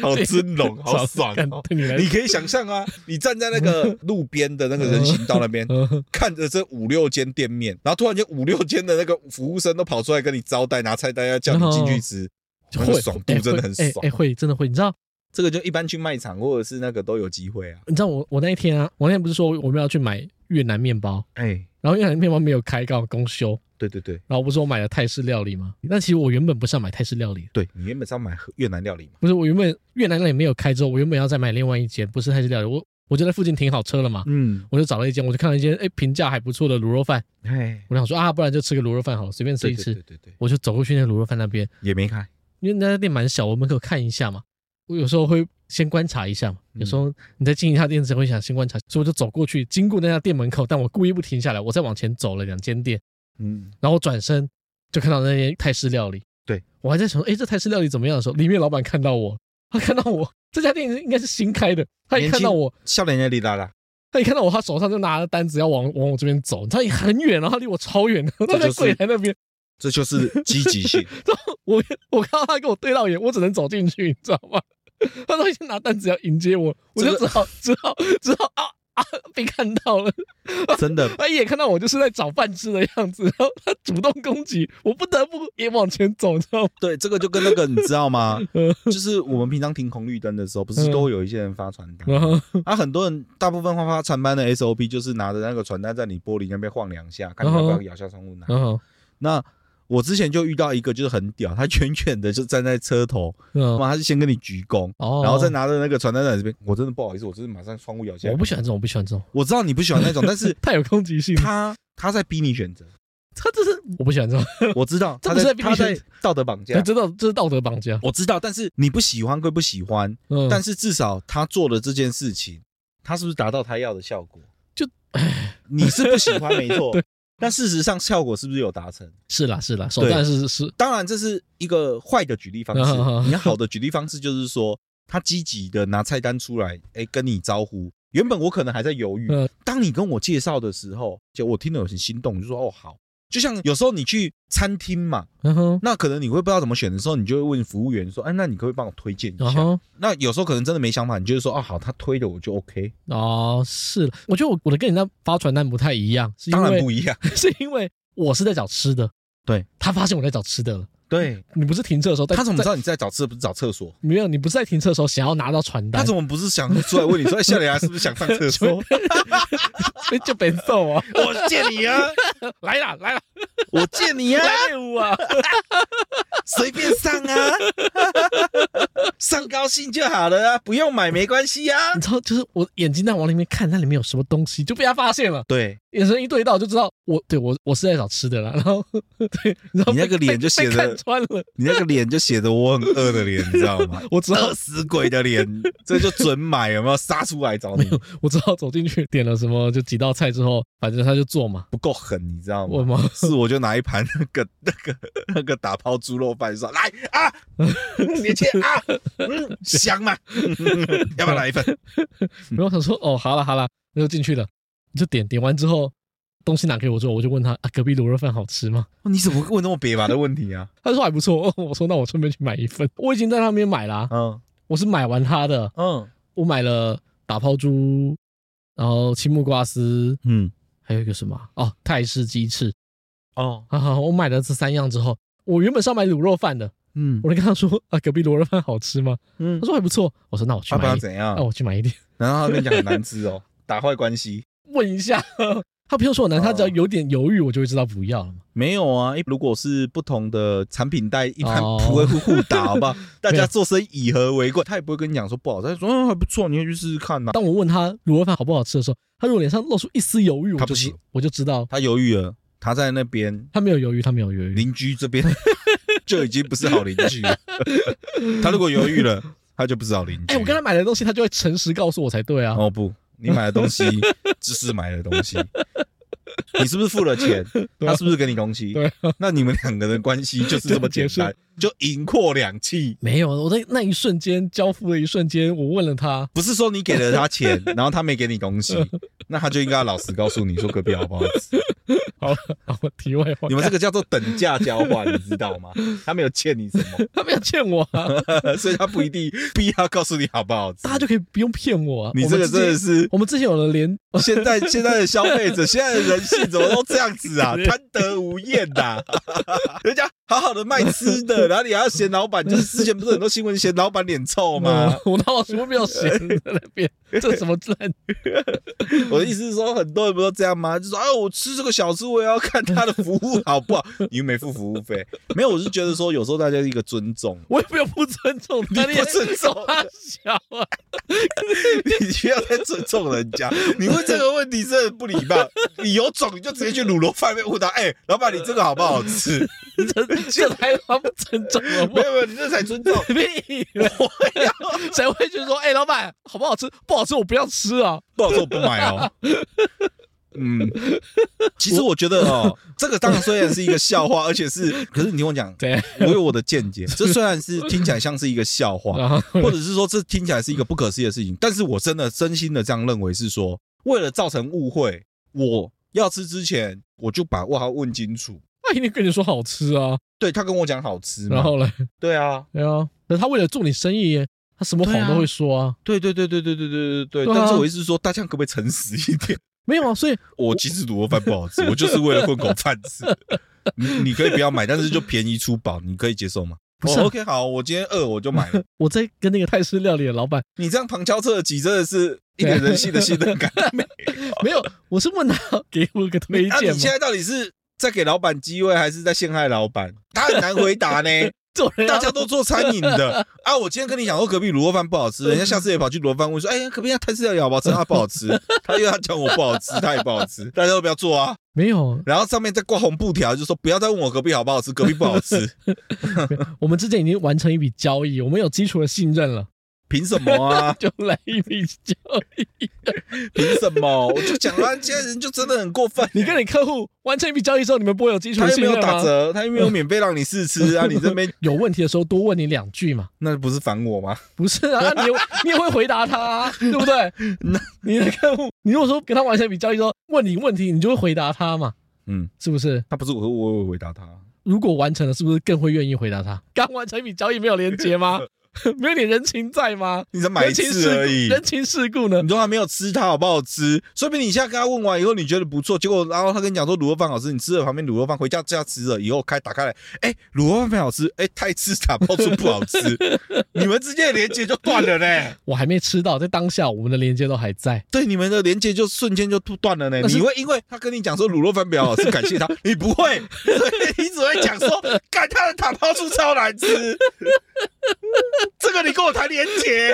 [SPEAKER 2] 好尊荣，好爽
[SPEAKER 1] 干
[SPEAKER 2] 哦！
[SPEAKER 1] 对你来
[SPEAKER 2] 你可以想象啊，你站在那个路边的那个人行道那边，
[SPEAKER 1] 说，
[SPEAKER 2] 看着这五六间店面，然后突然间五六间的那个服务生都跑出来跟你招待，拿菜单要叫你进去吃，那个
[SPEAKER 1] 会
[SPEAKER 2] 爽
[SPEAKER 1] 哎
[SPEAKER 2] 度真的
[SPEAKER 1] 会
[SPEAKER 2] 很
[SPEAKER 1] 哎
[SPEAKER 2] 爽
[SPEAKER 1] 哎，。会真的会，你知道？
[SPEAKER 2] 这个就一般去卖场或者是那个都有机会啊。
[SPEAKER 1] 你知道我我那一天啊，我那天不是说我们要去买越南面包，
[SPEAKER 2] 哎，
[SPEAKER 1] 然后越南面包没有开，刚好公休，
[SPEAKER 2] 对对对，
[SPEAKER 1] 然后不是我买了泰式料理吗？但其实我原本不是要买泰式料理的，
[SPEAKER 2] 对你原本是要买越南料理嘛？
[SPEAKER 1] 不是我原本越南料理没有开之后，我原本要再买另外一间不是泰式料理，我我就在附近停好车了嘛，
[SPEAKER 2] 嗯，
[SPEAKER 1] 我就找了一间，我就看了一间哎评价还不错的卤肉饭，
[SPEAKER 2] 哎，
[SPEAKER 1] 我想说啊，不然就吃个卤肉饭好了，随便吃一
[SPEAKER 2] 对
[SPEAKER 1] 吃。
[SPEAKER 2] 对对对对，
[SPEAKER 1] 我啊就走过去那个卤肉饭那边，
[SPEAKER 2] 也没开。
[SPEAKER 1] 因为那家店蛮小，我门口看一下嘛。我有时候会先观察一下嘛，
[SPEAKER 2] 嗯
[SPEAKER 1] 有时候你在进一家店之前会想先观察，所以我就走过去，经过那家店门口，但我故意不停下来，我再往前走了两间店，
[SPEAKER 2] 嗯，
[SPEAKER 1] 然后我转身就看到那间泰式料理。
[SPEAKER 2] 对
[SPEAKER 1] 我还在想说，哎，这泰式料理怎么样的时候，里面老板看到我， 他看到我这家店应该是新开的，他一
[SPEAKER 2] 年
[SPEAKER 1] 看到
[SPEAKER 2] 轻
[SPEAKER 1] 我，
[SPEAKER 2] 笑脸也里拉拉，
[SPEAKER 1] 他一看到我，他手上就拿着单子要往往我这边走，他也很远，然后他离我超远， 然后他
[SPEAKER 2] 这
[SPEAKER 1] 在
[SPEAKER 2] 就是
[SPEAKER 1] 柜台那边，
[SPEAKER 2] 这就是积 极性。
[SPEAKER 1] 然后我我看到他跟我对到眼，我只能走进去，你知道吗？ 他都已经拿单子要迎接我，我
[SPEAKER 2] 这
[SPEAKER 1] 就
[SPEAKER 2] 个
[SPEAKER 1] 只好只好只好啊啊被看到了，
[SPEAKER 2] 真的，
[SPEAKER 1] 他一眼看到我就是在找饭吃的样子，然后他主动攻击，我不得不也往前走，你知道吗？
[SPEAKER 2] 对，这个就跟那个你知道吗？
[SPEAKER 1] 嗯
[SPEAKER 2] 就是我们平常停红绿灯的时候，不是
[SPEAKER 1] 嗯
[SPEAKER 2] 都会有一些人发传单？
[SPEAKER 1] 然后
[SPEAKER 2] 啊，很多人大部分发发传单的 SOP 就是拿着那个传单在你玻璃那边晃两下，
[SPEAKER 1] 嗯
[SPEAKER 2] 看你要不要咬下窗户拿。
[SPEAKER 1] 然后
[SPEAKER 2] 那我之前就遇到一个就是很屌，他远远的就站在车头，
[SPEAKER 1] 嗯
[SPEAKER 2] 嘛他是先跟你鞠躬，
[SPEAKER 1] 哦，
[SPEAKER 2] 然后再拿着那个传单在这边。我真的不好意思，我就是马上窗户咬下来。
[SPEAKER 1] 我不喜欢这种，我不喜欢这种，
[SPEAKER 2] 我知道你不喜欢 那种，但是
[SPEAKER 1] 太有攻击性了，
[SPEAKER 2] 他他在逼你选择，
[SPEAKER 1] 他这是我不喜欢这种，
[SPEAKER 2] 我知道
[SPEAKER 1] 这
[SPEAKER 2] 他
[SPEAKER 1] 不是在逼你
[SPEAKER 2] 他在
[SPEAKER 1] 选择
[SPEAKER 2] 道德绑
[SPEAKER 1] 这
[SPEAKER 2] 架。
[SPEAKER 1] 这道这是道德绑架，
[SPEAKER 2] 我知道，但是你不喜欢归不喜欢，
[SPEAKER 1] 嗯，
[SPEAKER 2] 但是至少他做了这件事情，他是不是达到他要的效果？
[SPEAKER 1] 就
[SPEAKER 2] 你是不喜欢没 错，但事实上效果是不是有达成？
[SPEAKER 1] 是啦是啦，手段是是
[SPEAKER 2] 当然这是一个坏的举例方式
[SPEAKER 1] 嗯嗯，嗯
[SPEAKER 2] 你要好的举例方式就是说他积极的拿菜单出来，哎，跟你招呼。原本我可能还在犹豫
[SPEAKER 1] 嗯，
[SPEAKER 2] 当你跟我介绍的时候，就我听了有些心动，我就说哦好。就像有时候你去餐厅嘛，
[SPEAKER 1] 然后
[SPEAKER 2] 那可能你会不知道怎么选的时候，你就会问服务员说，哎，那你可不可以帮我推荐一
[SPEAKER 1] 然
[SPEAKER 2] 下？
[SPEAKER 1] 后。
[SPEAKER 2] 那有时候可能真的没想法，你就是说，哦，好，他推的我就 OK，
[SPEAKER 1] 哦，是，我觉得我我的跟你那发传单不太一样，是因
[SPEAKER 2] 当然
[SPEAKER 1] 为
[SPEAKER 2] 不一样。
[SPEAKER 1] 是因为我是在找吃的，
[SPEAKER 2] 对
[SPEAKER 1] 他发现我在找吃的了。
[SPEAKER 2] 对，
[SPEAKER 1] 你不是停车的时候在，
[SPEAKER 2] 他怎么知
[SPEAKER 1] 在
[SPEAKER 2] 道你在找厕不是找厕所？
[SPEAKER 1] 没有？你不是在停车的时候想要拿到传单，
[SPEAKER 2] 他怎么不是想出来问你说，哎，笑脸还是不是想上厕所？
[SPEAKER 1] 么就别揍啊？
[SPEAKER 2] 我借你啊，
[SPEAKER 1] 来啦来啦，
[SPEAKER 2] 我借你啊，
[SPEAKER 1] 来舞啊！
[SPEAKER 2] 随便上啊， 上高兴就好了啊，不用买没关系啊。
[SPEAKER 1] 你知道，就是我眼睛在往里面看，那里面有什么东西，就被他发现了，
[SPEAKER 2] 对
[SPEAKER 1] 眼神一对到就知道我对我我是在找吃的啦。然后对，然后
[SPEAKER 2] 你那个
[SPEAKER 1] 被
[SPEAKER 2] 脸就
[SPEAKER 1] 被
[SPEAKER 2] 写
[SPEAKER 1] 被
[SPEAKER 2] 着
[SPEAKER 1] 看穿了，
[SPEAKER 2] 你那个脸就写着我很饿的脸，你知道 吗？
[SPEAKER 1] 我只好
[SPEAKER 2] 饿死鬼的脸，这就准买有没有？杀出来找你，
[SPEAKER 1] 我只好走进去点了什么就几道菜之后，反正他就做嘛，
[SPEAKER 2] 不够狠，你知道吗
[SPEAKER 1] 我？嘛。
[SPEAKER 2] 是我就拿一盘那个 那个那个打泡猪肉饭说来啊， 你切啊，嗯，香嘛， 要不要来一 份？
[SPEAKER 1] 然后我想说，哦，好了好了，那就进去了，就点点完之后，东西拿给我之后，我就问他啊，隔壁卤肉饭好吃吗？
[SPEAKER 2] 哦你怎么会问那么别吧的问题啊？
[SPEAKER 1] 他说还不错、 哦，我说那我顺便去买一份，我已经在那边买啦、
[SPEAKER 2] 嗯
[SPEAKER 1] 我是买完他的，
[SPEAKER 2] 嗯
[SPEAKER 1] 我买了打抛猪，然后青木瓜丝，
[SPEAKER 2] 嗯
[SPEAKER 1] 还有一个什么啊哦，泰式鸡翅，
[SPEAKER 2] 哦
[SPEAKER 1] 哈、哈，我买了这三样之后，我原本是要买卤肉饭的，
[SPEAKER 2] 嗯
[SPEAKER 1] 我就跟他说啊，隔壁卤肉饭好吃吗？
[SPEAKER 2] 嗯哦
[SPEAKER 1] 他，说还不错，我说那我去
[SPEAKER 2] 啊他不
[SPEAKER 1] 买
[SPEAKER 2] 然
[SPEAKER 1] 一点，
[SPEAKER 2] 怎
[SPEAKER 1] 那、
[SPEAKER 2] 样？
[SPEAKER 1] 我去买一点，
[SPEAKER 2] 然后他跟你讲很难吃哦，打坏关系。
[SPEAKER 1] 问一下，它品种所有难，它只要
[SPEAKER 2] 哦
[SPEAKER 1] 有点犹豫，我就会知道不要了嘛。
[SPEAKER 2] 没有啊，一如果是不同的产品带一盘
[SPEAKER 1] 哦
[SPEAKER 2] 普惠互互打，好不 好？大
[SPEAKER 1] 没有
[SPEAKER 2] 家做生意以和为贵，他也不会跟你讲说不好，他就说嗯还不错，你可以去试试看呐、
[SPEAKER 1] 当我问他卤肉饭好不好吃的时候，他如果脸上露出一丝犹豫，我
[SPEAKER 2] 他
[SPEAKER 1] 就
[SPEAKER 2] 不
[SPEAKER 1] 知
[SPEAKER 2] 行
[SPEAKER 1] 我就知道
[SPEAKER 2] 他犹豫了，他在那边
[SPEAKER 1] 他没有犹豫，他没有犹豫。
[SPEAKER 2] 邻居这边 就已经不是好邻 居了。他如果犹豫了，他就不是好邻居。
[SPEAKER 1] 哎、我刚才买的东西，他就会诚实告诉我才对啊。
[SPEAKER 2] 哦不，你买的东西 只是买的东西，你是不是付了钱？
[SPEAKER 1] 对啊
[SPEAKER 2] 他是不是给你东西？
[SPEAKER 1] 对啊
[SPEAKER 2] 那你们两个人关系就是这么简单，就赢阔两气。
[SPEAKER 1] 没有，我在那一瞬间交付的一瞬间，我问了他，
[SPEAKER 2] 不是说你给了他 钱，然后他没给你东西，那他就应该老实告诉你说隔壁好不好 吃。
[SPEAKER 1] 好了，好我题外话，
[SPEAKER 2] 你们这个叫做等价交换，你知道吗？他没有欠你什么，
[SPEAKER 1] 他没有欠我、 啊，
[SPEAKER 2] 所以他不一定必要告诉你好不好吃
[SPEAKER 1] 大。家就可以不用骗我、啊。
[SPEAKER 2] 你这个真的
[SPEAKER 1] 是，
[SPEAKER 2] 是
[SPEAKER 1] 我们之前有了连，
[SPEAKER 2] 现在现在的消费者，现在的人性怎么都这样 子啊？贪得无厌呐、 人家好好的卖吃 的，然后你还要嫌老板，就是之前不是很多新闻嫌老板脸 臭吗？
[SPEAKER 1] 我哪有什么没有写在那 边？这什么烂？
[SPEAKER 2] 我的意思是说，很多人不都这样吗？就说，哎，我吃这个小吃，我也要看他的服务好不好。 你又没付服务费，没有，我是觉得说，有时候大家是一个尊重。
[SPEAKER 1] 我也没有不尊重
[SPEAKER 2] 你
[SPEAKER 1] 他，
[SPEAKER 2] 不尊重
[SPEAKER 1] 他小啊，
[SPEAKER 2] 你不要再尊重人家，你问这个问题真的不礼 貌。你有种你就直接去卤肉饭面问他，哎、老板，你这个好不好吃？
[SPEAKER 1] 这这还他妈不尊重了，我
[SPEAKER 2] 没有没有，你这才尊重。
[SPEAKER 1] 屁！ 谁会去说，哎、老板好不好吃？不好吃我不要吃啊！
[SPEAKER 2] 不好说我不买哦。嗯，其实我觉得哦，这个当然虽然是一个笑话，而且 是，可是你听我讲，
[SPEAKER 1] 对，
[SPEAKER 2] 我有我的见 解。这虽然是听起来像是一个笑话，
[SPEAKER 1] 然后
[SPEAKER 2] 或者是说这听起来是一个不可思议的事情，但是我真的真心的这样认为，是说为了造成误会，我要吃之前我就把问号问清楚。
[SPEAKER 1] 他一定跟你说好吃啊，
[SPEAKER 2] 对他跟我讲好吃嘛，
[SPEAKER 1] 然后嘞，
[SPEAKER 2] 对啊，
[SPEAKER 1] 对啊，可是他为了做你生意耶，他什么
[SPEAKER 2] 对
[SPEAKER 1] 谎
[SPEAKER 2] 啊
[SPEAKER 1] 都会说啊。
[SPEAKER 2] 对对对对对对对对
[SPEAKER 1] 对
[SPEAKER 2] 对。
[SPEAKER 1] 啊
[SPEAKER 2] 但是我意思是说，大家可不可以诚实一点？
[SPEAKER 1] 没有啊，所以
[SPEAKER 2] 我其实卤肉饭不好吃，我就是为了混口饭吃。你你可以不要买，但是就便宜出饱，你可以接受吗？
[SPEAKER 1] 不是啊
[SPEAKER 2] 哦、OK，好，我今天饿我就买了。
[SPEAKER 1] 我在跟那个泰式料理的老板
[SPEAKER 2] 你这样旁敲侧击，真的是一点人性的信任感都
[SPEAKER 1] 啊
[SPEAKER 2] 没有。
[SPEAKER 1] 没有，我是问他给我个推
[SPEAKER 2] 那、
[SPEAKER 1] 荐
[SPEAKER 2] 你
[SPEAKER 1] 嘛
[SPEAKER 2] 现，在到底是在给老板机会，还是在陷害老板？他很难回答呢。
[SPEAKER 1] 做人啊要
[SPEAKER 2] 大家都做餐饮的啊，我今天跟你讲说隔壁卤肉饭不好吃，人家下次也跑去卤肉饭问说，哎、隔壁那泰式料理好不好吃？啊他不好吃，他又要讲我不好吃，他也不好吃，大家都不要做啊。
[SPEAKER 1] 没有，
[SPEAKER 2] 然后上面再挂红布条，就说不要再问我隔壁好不好吃，隔壁不好吃，
[SPEAKER 1] 我们之间已经完成一笔交易，我们有基础的信任了，
[SPEAKER 2] 凭什么 啊？
[SPEAKER 1] 就来一笔交易。
[SPEAKER 2] 凭什么？我就讲啊，现在人就真的很过分。
[SPEAKER 1] 你跟你客户完成一笔交易之后，你们 不会有基础
[SPEAKER 2] 他
[SPEAKER 1] 的
[SPEAKER 2] 又
[SPEAKER 1] 信
[SPEAKER 2] 没
[SPEAKER 1] 任
[SPEAKER 2] 有打
[SPEAKER 1] 吗？
[SPEAKER 2] 折，他又没有免费让你试吃啊，你这 边
[SPEAKER 1] 有问题的时候多问你两句嘛，
[SPEAKER 2] 那不是烦我吗？
[SPEAKER 1] 不是 啊，啊你也你也会回答他、啊，对不对？
[SPEAKER 2] 那
[SPEAKER 1] 你的客户，你如果说跟他完成一笔交易之后问你问题，你就会回答他嘛，
[SPEAKER 2] 嗯，
[SPEAKER 1] 是不是？
[SPEAKER 2] 他不是我，我会回答他。
[SPEAKER 1] 如果完成了，是不是更会愿意回答他？ 刚完成一笔交易没有连接吗？ 没有点人情在吗？
[SPEAKER 2] 你才买一
[SPEAKER 1] 人情
[SPEAKER 2] 次而已
[SPEAKER 1] 世故，人情世故呢
[SPEAKER 2] 你？说他没有吃它好不好吃？说不定你现在跟他问完以后，你觉得不错，结果然后他跟你讲说卤肉饭好吃，你吃了旁边卤肉饭回家家吃了以后开打开来，哎、卤肉饭没好吃，哎、太吃打爆出 不好吃，你们之间的连接就断了呢。
[SPEAKER 1] 我还没吃到，在当下我们的连接都还在。
[SPEAKER 2] 对，你们的连接就瞬间就断了呢。
[SPEAKER 1] 但是
[SPEAKER 2] 你会因为他跟你讲说卤肉饭比较好吃，感谢他，你不会，所以你只会讲说，干他的打包出超难吃。这个你跟我谈连接，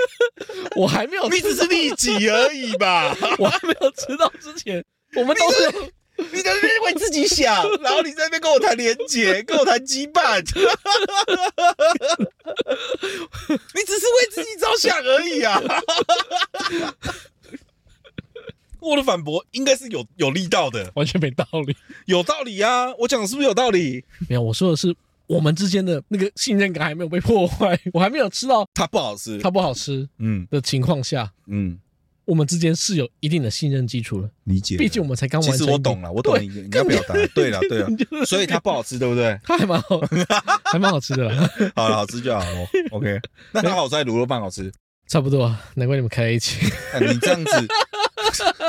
[SPEAKER 1] 我还没有，
[SPEAKER 2] 你只是利己而已吧。
[SPEAKER 1] 我还没有吃到之前，我们都是
[SPEAKER 2] 你在那边为自己想，然后你在那边跟我谈连结，跟我谈羁绊，你只是为自己着想而已啊！我的反驳应该是有有力道的，
[SPEAKER 1] 完全没道理。
[SPEAKER 2] 有道理啊！我讲的是不是有道理？
[SPEAKER 1] 没有，我说的是我们之间的那个信任感还没有被破坏，我还没有吃到
[SPEAKER 2] 它不好吃，
[SPEAKER 1] 它不好吃
[SPEAKER 2] 嗯
[SPEAKER 1] 的情况下，
[SPEAKER 2] 嗯，
[SPEAKER 1] 我们之间是有一定的信任基础的。
[SPEAKER 2] 理解
[SPEAKER 1] 毕竟我们才刚完成
[SPEAKER 2] 其
[SPEAKER 1] 一
[SPEAKER 2] 实
[SPEAKER 1] 笔。
[SPEAKER 2] 我懂了，我懂
[SPEAKER 1] 对
[SPEAKER 2] 你你 要表达，对了对了
[SPEAKER 1] 你，就是
[SPEAKER 2] 所以它不好吃，对不对？
[SPEAKER 1] 它还蛮好， 还蛮好吃的啦，
[SPEAKER 2] 好了，好吃就好了。OK，那它好吃，还是卤肉饭好吃。
[SPEAKER 1] 差不多啊。难怪你们开在一 起，
[SPEAKER 2] 啊你这 样子，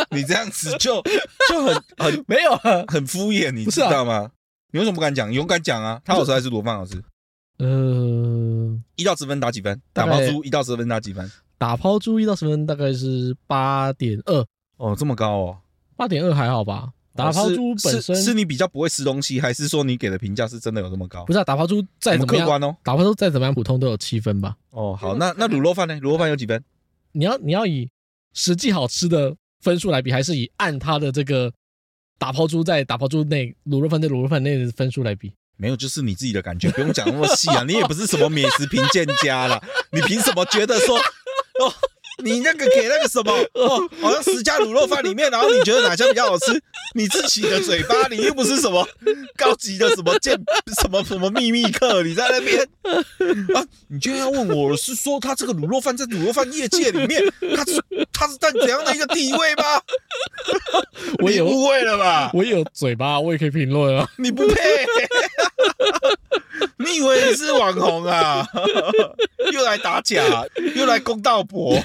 [SPEAKER 2] 你这样子就就很很
[SPEAKER 1] 没有啊。
[SPEAKER 2] 很敷衍，你
[SPEAKER 1] 不
[SPEAKER 2] 知
[SPEAKER 1] 是啊
[SPEAKER 2] 道吗？你为什么不敢讲？勇敢讲啊！他好吃还是罗饭好吃？
[SPEAKER 1] 呃，
[SPEAKER 2] 一到十分打几分？
[SPEAKER 1] 大
[SPEAKER 2] 打
[SPEAKER 1] 概
[SPEAKER 2] 包猪一到十分打几分？
[SPEAKER 1] 打抛猪一到十分大概是八点二，
[SPEAKER 2] 哦，这么高哦！
[SPEAKER 1] 八点二还好吧？打抛猪本身
[SPEAKER 2] 哦是是是你比较不会吃东西，还是说你给的评价是真的有这么高
[SPEAKER 1] 不？是啊，打抛猪再
[SPEAKER 2] 我
[SPEAKER 1] 怎么
[SPEAKER 2] 们客
[SPEAKER 1] 样，
[SPEAKER 2] 观哦。
[SPEAKER 1] 打抛猪再怎么样普通都有七分吧。
[SPEAKER 2] 哦，好，那那卤肉饭呢？卤肉饭有几分？
[SPEAKER 1] 你要你要以实际好吃的分数来比，还是以按它的这个打抛猪在打抛猪内卤肉饭在卤肉饭内的分数来比？
[SPEAKER 2] 没有，就是你自己的感觉，不用讲那么细 啊。你也不是什么美食评鉴家啦，你凭什么觉得说哦，你那个给那个什么哦，好像十家卤肉饭里面，然后你觉得哪家比较好吃？你自己的嘴巴，你又不是什么高级的什么鉴什么什么秘密课，你在那边啊？你居然要问我是说他这个卤肉饭在卤肉饭业界里面，他是他是在怎样的一个地位吗？
[SPEAKER 1] 我
[SPEAKER 2] 你
[SPEAKER 1] 有
[SPEAKER 2] 误会了吧？
[SPEAKER 1] 我也有嘴巴，我也可以评论啊。
[SPEAKER 2] 你不配， 你以为你是网红啊？ 又来打假，又来公道博，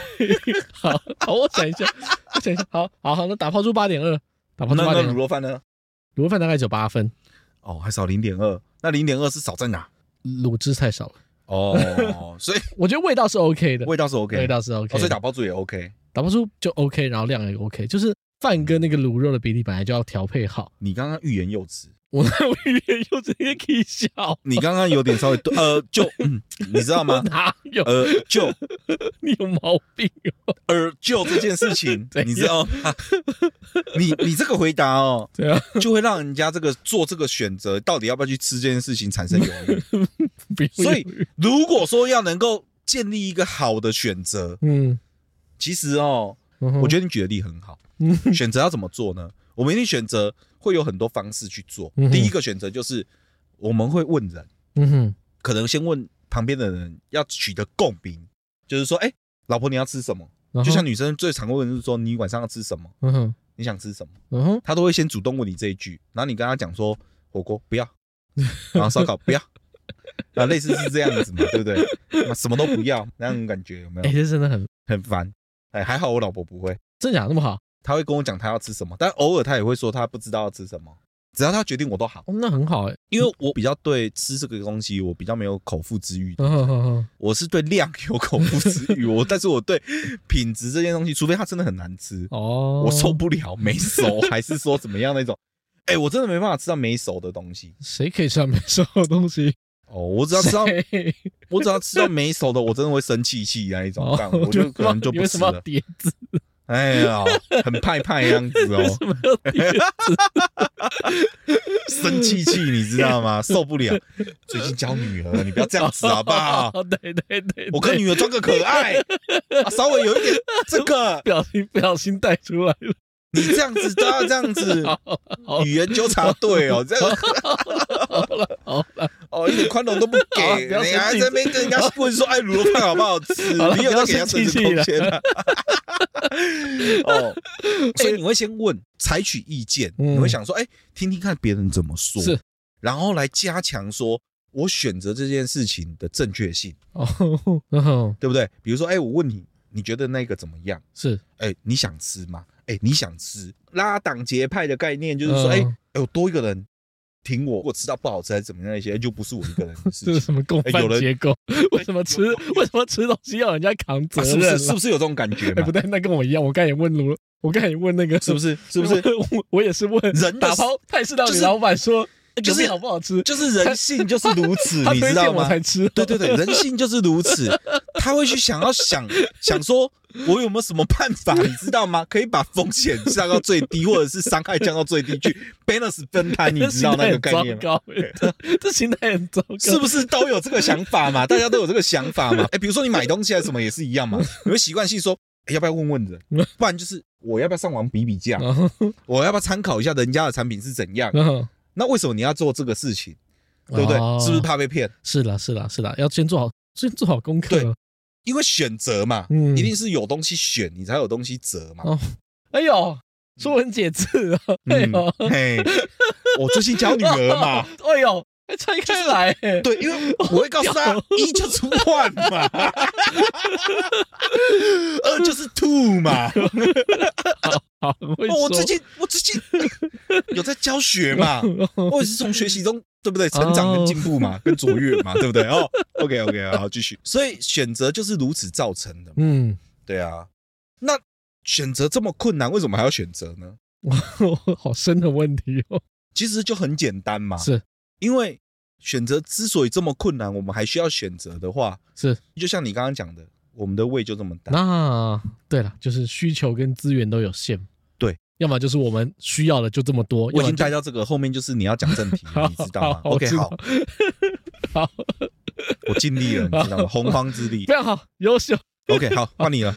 [SPEAKER 1] 好，好，我想一下，我想一下，好好好，那打抛猪八点二，打抛
[SPEAKER 2] 哦那
[SPEAKER 1] 猪八
[SPEAKER 2] 那
[SPEAKER 1] 点
[SPEAKER 2] 卤
[SPEAKER 1] 二，
[SPEAKER 2] 肉饭呢？
[SPEAKER 1] 卤肉饭大概只有八分，
[SPEAKER 2] 哦，还少零点二，那零点二是少在哪？
[SPEAKER 1] 卤汁太少了。
[SPEAKER 2] 哦，所以
[SPEAKER 1] 我觉得味道是 OK 的，
[SPEAKER 2] 味道是 OK，
[SPEAKER 1] 味道是
[SPEAKER 2] 哦，所
[SPEAKER 1] OK，
[SPEAKER 2] 以打包住也 OK。
[SPEAKER 1] 打抛猪就 OK，然后量也 OK，就是饭跟那个卤肉的比例本来就要调配好。
[SPEAKER 2] 你刚刚欲言又止，
[SPEAKER 1] 我那我语言又直接可以笑，
[SPEAKER 2] 你刚刚有点稍微对呃，就、嗯、你知道吗？
[SPEAKER 1] 哪有？
[SPEAKER 2] 呃，就
[SPEAKER 1] 你有毛病哦！
[SPEAKER 2] 呃，就这件事情
[SPEAKER 1] 怎，样
[SPEAKER 2] 你知道吗？你你这个回答哦，
[SPEAKER 1] 对啊，
[SPEAKER 2] 就会让人家这个做这个选择，到底要不要去吃这件事情产生犹豫。
[SPEAKER 1] 不用
[SPEAKER 2] 所以
[SPEAKER 1] 犹豫
[SPEAKER 2] 如果说要能够建立一个好的选择，
[SPEAKER 1] 嗯，
[SPEAKER 2] 其实哦，
[SPEAKER 1] 我
[SPEAKER 2] 我觉得你举的例很好。
[SPEAKER 1] 嗯
[SPEAKER 2] 选择要怎么做呢？我们一定选择会有很多方式去做
[SPEAKER 1] 嗯哼。
[SPEAKER 2] 第一个选择就是我们会问人，
[SPEAKER 1] 嗯哼，
[SPEAKER 2] 可能先问旁边的人，要取得共鸣，就是说，哎，老婆你要吃什么？
[SPEAKER 1] 然后
[SPEAKER 2] 就像女生最常问的就是说，你晚上要吃什么？
[SPEAKER 1] 嗯哼
[SPEAKER 2] 你想吃什么？
[SPEAKER 1] 嗯哼
[SPEAKER 2] 她都会先主动问你这一句，然后你跟她讲说火锅不要，然后烧烤不要。 啊，类似是这样子嘛，对不对？什么都不要，那种感觉有没有
[SPEAKER 1] 哎，？这真的很
[SPEAKER 2] 很烦。哎，还好我老婆不会，
[SPEAKER 1] 真假那么好，
[SPEAKER 2] 她会跟我讲她要吃什么，但偶尔她也会说她不知道要吃什么。只要她决定我都好，
[SPEAKER 1] 哦那很好哎，
[SPEAKER 2] 因为我比较对吃这个东西，我比较没有口腹之欲的。
[SPEAKER 1] 嗯哼嗯哼
[SPEAKER 2] 我是对量有口腹之欲，我但是我对品质这件东西，除非它真的很难吃，
[SPEAKER 1] 哦，
[SPEAKER 2] 我受不了没熟，还是说怎么样那 种。哎、我真的没办法吃到没熟的东西
[SPEAKER 1] 谁可以吃到没熟的东西？
[SPEAKER 2] 哦，我只要吃到
[SPEAKER 1] 谁
[SPEAKER 2] 我只要吃到没熟的，我真的会生气气那一种，
[SPEAKER 1] 哦
[SPEAKER 2] 干我就可能就
[SPEAKER 1] 你
[SPEAKER 2] 不
[SPEAKER 1] 为什
[SPEAKER 2] 吃
[SPEAKER 1] 么要
[SPEAKER 2] 了。
[SPEAKER 1] 叠字？
[SPEAKER 2] 哎呀，很派派的样子哦。
[SPEAKER 1] 为什么要叠？
[SPEAKER 2] 生气气，你知道吗？受不了，最近教女儿，你不要这样子好 不好？
[SPEAKER 1] 哦？对对对，
[SPEAKER 2] 我跟
[SPEAKER 1] 你
[SPEAKER 2] 女儿装个可 爱，啊稍微有一点这个，
[SPEAKER 1] 表情不小心带出来了，
[SPEAKER 2] 你这样子都要这样子，
[SPEAKER 1] 好
[SPEAKER 2] 语言纠察队哦，这样
[SPEAKER 1] 好了好了，
[SPEAKER 2] 哦一点宽容都不
[SPEAKER 1] 好
[SPEAKER 2] 给，
[SPEAKER 1] 不要生气
[SPEAKER 2] 你还在那边跟人家问说，哎，卤肉饭好不好吃？
[SPEAKER 1] 好了
[SPEAKER 2] 你有在给人家生存空间 啊？哦，所以你会先问，采取意见，
[SPEAKER 1] 哎嗯
[SPEAKER 2] 你会想说，哎，听听看别人怎么说，
[SPEAKER 1] 是
[SPEAKER 2] 然后来加强说我选择这件事情的正确性。
[SPEAKER 1] 哦，嗯哼
[SPEAKER 2] 对不对？比如说，哎、我问你，你觉得那个怎么样？
[SPEAKER 1] 是
[SPEAKER 2] 哎、你想吃吗？哎、你想吃？拉党结派的概念就是说，
[SPEAKER 1] 嗯
[SPEAKER 2] 哎、哎呦，多一个人挺我，我吃到不好吃还是怎么样那些，就不是我一个人的
[SPEAKER 1] 这
[SPEAKER 2] 事
[SPEAKER 1] 是
[SPEAKER 2] 情。
[SPEAKER 1] 什么共
[SPEAKER 2] 哎
[SPEAKER 1] 犯
[SPEAKER 2] 有人
[SPEAKER 1] 结构？ 为什么吃
[SPEAKER 2] 有
[SPEAKER 1] 为什么吃东西要人家扛责
[SPEAKER 2] 啊、是
[SPEAKER 1] 任
[SPEAKER 2] 不
[SPEAKER 1] 啦？
[SPEAKER 2] 是是不是有这种感觉
[SPEAKER 1] 哎、
[SPEAKER 2] 嘛
[SPEAKER 1] 不？对，那跟我一样，我刚才也问卢，我刚才也问那个，
[SPEAKER 2] 是不
[SPEAKER 1] 是？
[SPEAKER 2] 是？是不是？
[SPEAKER 1] 我 我也是问
[SPEAKER 2] 人的
[SPEAKER 1] 打包泰式料
[SPEAKER 2] 就
[SPEAKER 1] 理
[SPEAKER 2] 是
[SPEAKER 1] 老板说，
[SPEAKER 2] 就
[SPEAKER 1] 就是
[SPEAKER 2] 是
[SPEAKER 1] 好不好吃？
[SPEAKER 2] 就是人性就是如 此，
[SPEAKER 1] 他
[SPEAKER 2] 你
[SPEAKER 1] 推
[SPEAKER 2] 知道
[SPEAKER 1] 荐我
[SPEAKER 2] 吗？
[SPEAKER 1] 才吃。
[SPEAKER 2] 对对对，人性就是如此，他会去想要想想说，我有没有什么办法，你知道吗？可以把风险降到最低，或者是伤害降到最低，去 balance 分摊，哎你知道那个概念吗？
[SPEAKER 1] 糟糕， 这这心态很糟糕。
[SPEAKER 2] 是不是都有这个想 法嘛？大家都有这个想法嘛？哎、比如说你买东西还是什么也是一样嘛， 你会习惯性说、哎要不要问 问人，不然就是我要不要上网比比价，
[SPEAKER 1] 然后，
[SPEAKER 2] 我要不要参考一下人家的产品是怎样？
[SPEAKER 1] 然后
[SPEAKER 2] 那为什么你要做这个事情？对不对？
[SPEAKER 1] 嗯哦
[SPEAKER 2] 是不是怕被骗？
[SPEAKER 1] 是啦是啦是啦，要先做好先做好功课
[SPEAKER 2] 对。因为选择嘛，
[SPEAKER 1] 嗯
[SPEAKER 2] 一定是有东西选，你才有东西择嘛。
[SPEAKER 1] 哦，哎呦，说文解字啊！哎
[SPEAKER 2] 嗯
[SPEAKER 1] 呦，，
[SPEAKER 2] 嘿，我最近教女儿 嘛，
[SPEAKER 1] 哎呦，还拆开来、哎
[SPEAKER 2] 对，因为我会告诉她，
[SPEAKER 1] 哦
[SPEAKER 2] 一就是换嘛， 二就是 two 嘛。
[SPEAKER 1] 好，很会
[SPEAKER 2] 哦，我
[SPEAKER 1] 说
[SPEAKER 2] 最近我 最近有在教学嘛，哦我也是从学习中对不对，成长跟进步
[SPEAKER 1] 哦
[SPEAKER 2] 嘛，跟卓越 嘛，对不对？哦，OK OK，好，继续。所以选择就是如此造成的嘛，
[SPEAKER 1] 嗯，
[SPEAKER 2] 对啊。那选择这么困难，为什么还要选择呢？
[SPEAKER 1] 好深的问题哦。
[SPEAKER 2] 其实就很简单嘛，
[SPEAKER 1] 是
[SPEAKER 2] 因为选择之所以这么困难，我们还需要选择的话，
[SPEAKER 1] 是，
[SPEAKER 2] 就像你刚刚讲的，我们的胃就这么大，
[SPEAKER 1] 那对了，就是需求跟资源都有限。
[SPEAKER 2] 对，
[SPEAKER 1] 要么就是我们需要的就这么多，
[SPEAKER 2] 我已
[SPEAKER 1] 要么
[SPEAKER 2] 经
[SPEAKER 1] 啊就
[SPEAKER 2] 带到这个后面，就是你要讲正题 了，你知道吗
[SPEAKER 1] 好
[SPEAKER 2] ？OK，
[SPEAKER 1] 知道
[SPEAKER 2] 好，
[SPEAKER 1] 好，
[SPEAKER 2] 我尽力了，你知道 吗？洪荒之力
[SPEAKER 1] 非常好，优秀。
[SPEAKER 2] ，OK，好，换你了，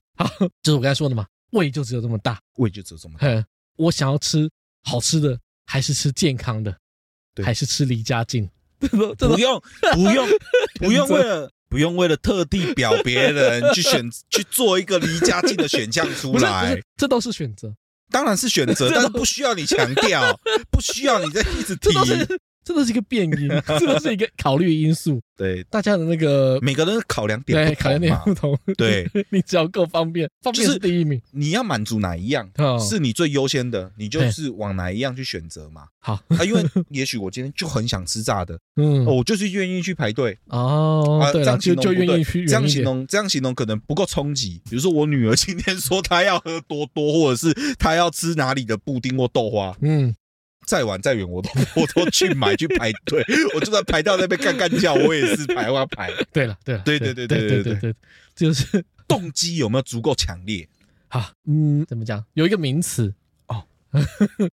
[SPEAKER 1] 就是我刚才说的嘛，胃就只有这么大。
[SPEAKER 2] 胃就只有这么大，
[SPEAKER 1] 哼，我想要吃好吃的，还是吃健康的，
[SPEAKER 2] 对
[SPEAKER 1] 还是吃离家近？ 这都这都
[SPEAKER 2] 不 用，不用，不用为了。不用为了特地表别人去选 去做一个离家近的选项出
[SPEAKER 1] 不是不
[SPEAKER 2] 来
[SPEAKER 1] 是，，这都是选择，
[SPEAKER 2] 当然是选 择，但是不需要你强调，不需要你再一直提
[SPEAKER 1] 这。都是这都是一个变 因，这都是一个考虑因素。
[SPEAKER 2] 对，
[SPEAKER 1] 大家的那个
[SPEAKER 2] 每个人的考量点
[SPEAKER 1] 对
[SPEAKER 2] 不
[SPEAKER 1] 考量
[SPEAKER 2] 同
[SPEAKER 1] 点
[SPEAKER 2] 嘛
[SPEAKER 1] 不。同，
[SPEAKER 2] 对，
[SPEAKER 1] 你只要够方便，方便
[SPEAKER 2] 就是
[SPEAKER 1] 是第一名。
[SPEAKER 2] 你要满足哪一样
[SPEAKER 1] 哦
[SPEAKER 2] 是你最优先的，你就
[SPEAKER 1] 对
[SPEAKER 2] 是往哪一样去选择嘛。
[SPEAKER 1] 好，
[SPEAKER 2] 啊，因为也许我今天就很想吃炸的，
[SPEAKER 1] 嗯
[SPEAKER 2] 哦，我就是愿意去排队
[SPEAKER 1] 哦
[SPEAKER 2] 啊。，这
[SPEAKER 1] 对了，
[SPEAKER 2] 样
[SPEAKER 1] 就
[SPEAKER 2] 形容
[SPEAKER 1] 就
[SPEAKER 2] 不
[SPEAKER 1] 愿
[SPEAKER 2] 对
[SPEAKER 1] 意去，
[SPEAKER 2] 这样
[SPEAKER 1] 远一
[SPEAKER 2] 形
[SPEAKER 1] 点。
[SPEAKER 2] 容，这样形容可能不够冲击。比如说我女儿今天说她要喝多多，或者是她要吃哪里的布丁或豆花，
[SPEAKER 1] 嗯，
[SPEAKER 2] 再晚再远我都我都去买去排队，我就算排到那边干干叫，我也是排啊排。
[SPEAKER 1] 对了，对了，
[SPEAKER 2] 对
[SPEAKER 1] 对
[SPEAKER 2] 对对
[SPEAKER 1] 对
[SPEAKER 2] 对
[SPEAKER 1] 对
[SPEAKER 2] 对
[SPEAKER 1] 对，就是
[SPEAKER 2] 动机有没有足够强烈？
[SPEAKER 1] 好，嗯，怎么讲？有一个名词
[SPEAKER 2] 哦，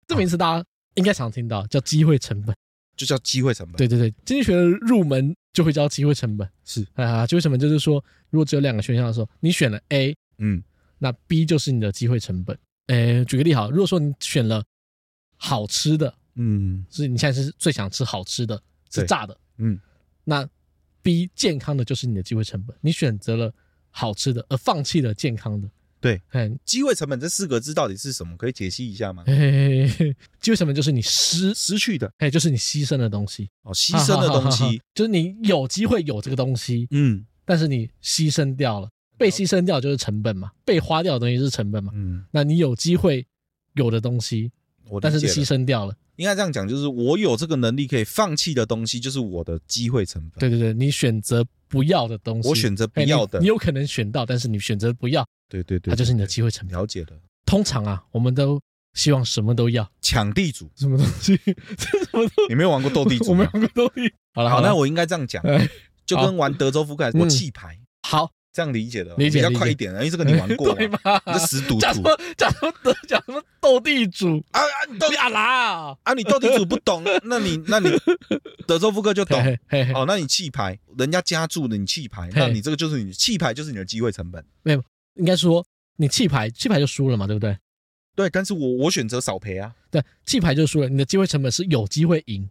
[SPEAKER 1] 这名词大家应该常听到，叫机会成本。
[SPEAKER 2] 就叫机会成本。
[SPEAKER 1] 对对对，经济学的入门就会叫机会成本
[SPEAKER 2] 是，
[SPEAKER 1] 啊。机会成本就是说，如果只有两个选项的时候，你选了 A，
[SPEAKER 2] 嗯，
[SPEAKER 1] 那 B 就是你的机会成本。诶，举个例好，如果说你选了好吃的，
[SPEAKER 2] 嗯
[SPEAKER 1] 是你现在是最想吃好吃的，是
[SPEAKER 2] 对
[SPEAKER 1] 炸的，
[SPEAKER 2] 嗯，
[SPEAKER 1] 那 B 健康的就是你的机会成本，你选择了好吃的而放弃了健康的，
[SPEAKER 2] 对
[SPEAKER 1] 嗯，
[SPEAKER 2] 机会成本这四个字到底是什么？可以解析一下吗？
[SPEAKER 1] 嘿嘿嘿嘿机会成本就是你失，
[SPEAKER 2] 失去的
[SPEAKER 1] 哎，就是你牺牲的东西，
[SPEAKER 2] 哦，牺牲的东西。
[SPEAKER 1] 就是你有机会有这个东西，
[SPEAKER 2] 嗯
[SPEAKER 1] 但是你牺牲掉了，被牺牲掉就是成本嘛，被花掉的东西是成本嘛，
[SPEAKER 2] 嗯，
[SPEAKER 1] 那你有机会有的东西，
[SPEAKER 2] 我
[SPEAKER 1] 但
[SPEAKER 2] 理
[SPEAKER 1] 是
[SPEAKER 2] 解
[SPEAKER 1] 你牺
[SPEAKER 2] 了。
[SPEAKER 1] 牲掉了，
[SPEAKER 2] 应该这样讲，就是我有这个能力可以放弃的东西，就是我的机会成本。
[SPEAKER 1] 对对对，你选择不要的东西，
[SPEAKER 2] 我选择不
[SPEAKER 1] 哎你
[SPEAKER 2] 要的
[SPEAKER 1] 你。有可能选到，但是你选择不要，
[SPEAKER 2] 对对对，
[SPEAKER 1] 它就是你的
[SPEAKER 2] 对
[SPEAKER 1] 机会成本。
[SPEAKER 2] 了解了。
[SPEAKER 1] 通常啊，我们都希望什么都要，
[SPEAKER 2] 抢地主，
[SPEAKER 1] 什么东西， 这什么
[SPEAKER 2] 你没有玩过斗地
[SPEAKER 1] 都，
[SPEAKER 2] 主
[SPEAKER 1] 我们
[SPEAKER 2] 吗？
[SPEAKER 1] 两个都啊一。好了，
[SPEAKER 2] 好，那
[SPEAKER 1] 了
[SPEAKER 2] 我应该这样讲，
[SPEAKER 1] 哎
[SPEAKER 2] 就跟玩德州扑克，
[SPEAKER 1] 嗯
[SPEAKER 2] 我弃牌，
[SPEAKER 1] 好，
[SPEAKER 2] 这样理解的，哦
[SPEAKER 1] 理解
[SPEAKER 2] 比
[SPEAKER 1] 理
[SPEAKER 2] 较
[SPEAKER 1] 解
[SPEAKER 2] 快一点。因为这个你 玩过
[SPEAKER 1] 对
[SPEAKER 2] 嘛，
[SPEAKER 1] 吧？
[SPEAKER 2] 你这死 赌
[SPEAKER 1] 讲什
[SPEAKER 2] 徒
[SPEAKER 1] 么讲什么德讲什么斗地主
[SPEAKER 2] 啊啊！你斗地
[SPEAKER 1] 啊啦，
[SPEAKER 2] 啊，你斗地主不懂，那你 那你德州扑克就懂。
[SPEAKER 1] 嘿嘿嘿，
[SPEAKER 2] 哦，那你弃牌，人家加注的你弃牌，那你这个就是你弃牌就是你的机会成本。
[SPEAKER 1] 应该说你弃牌，弃牌就输了嘛，对不对？
[SPEAKER 2] 对，但是我我选择少赔啊，
[SPEAKER 1] 对，弃牌就输了，你的机会成本是有机会赢，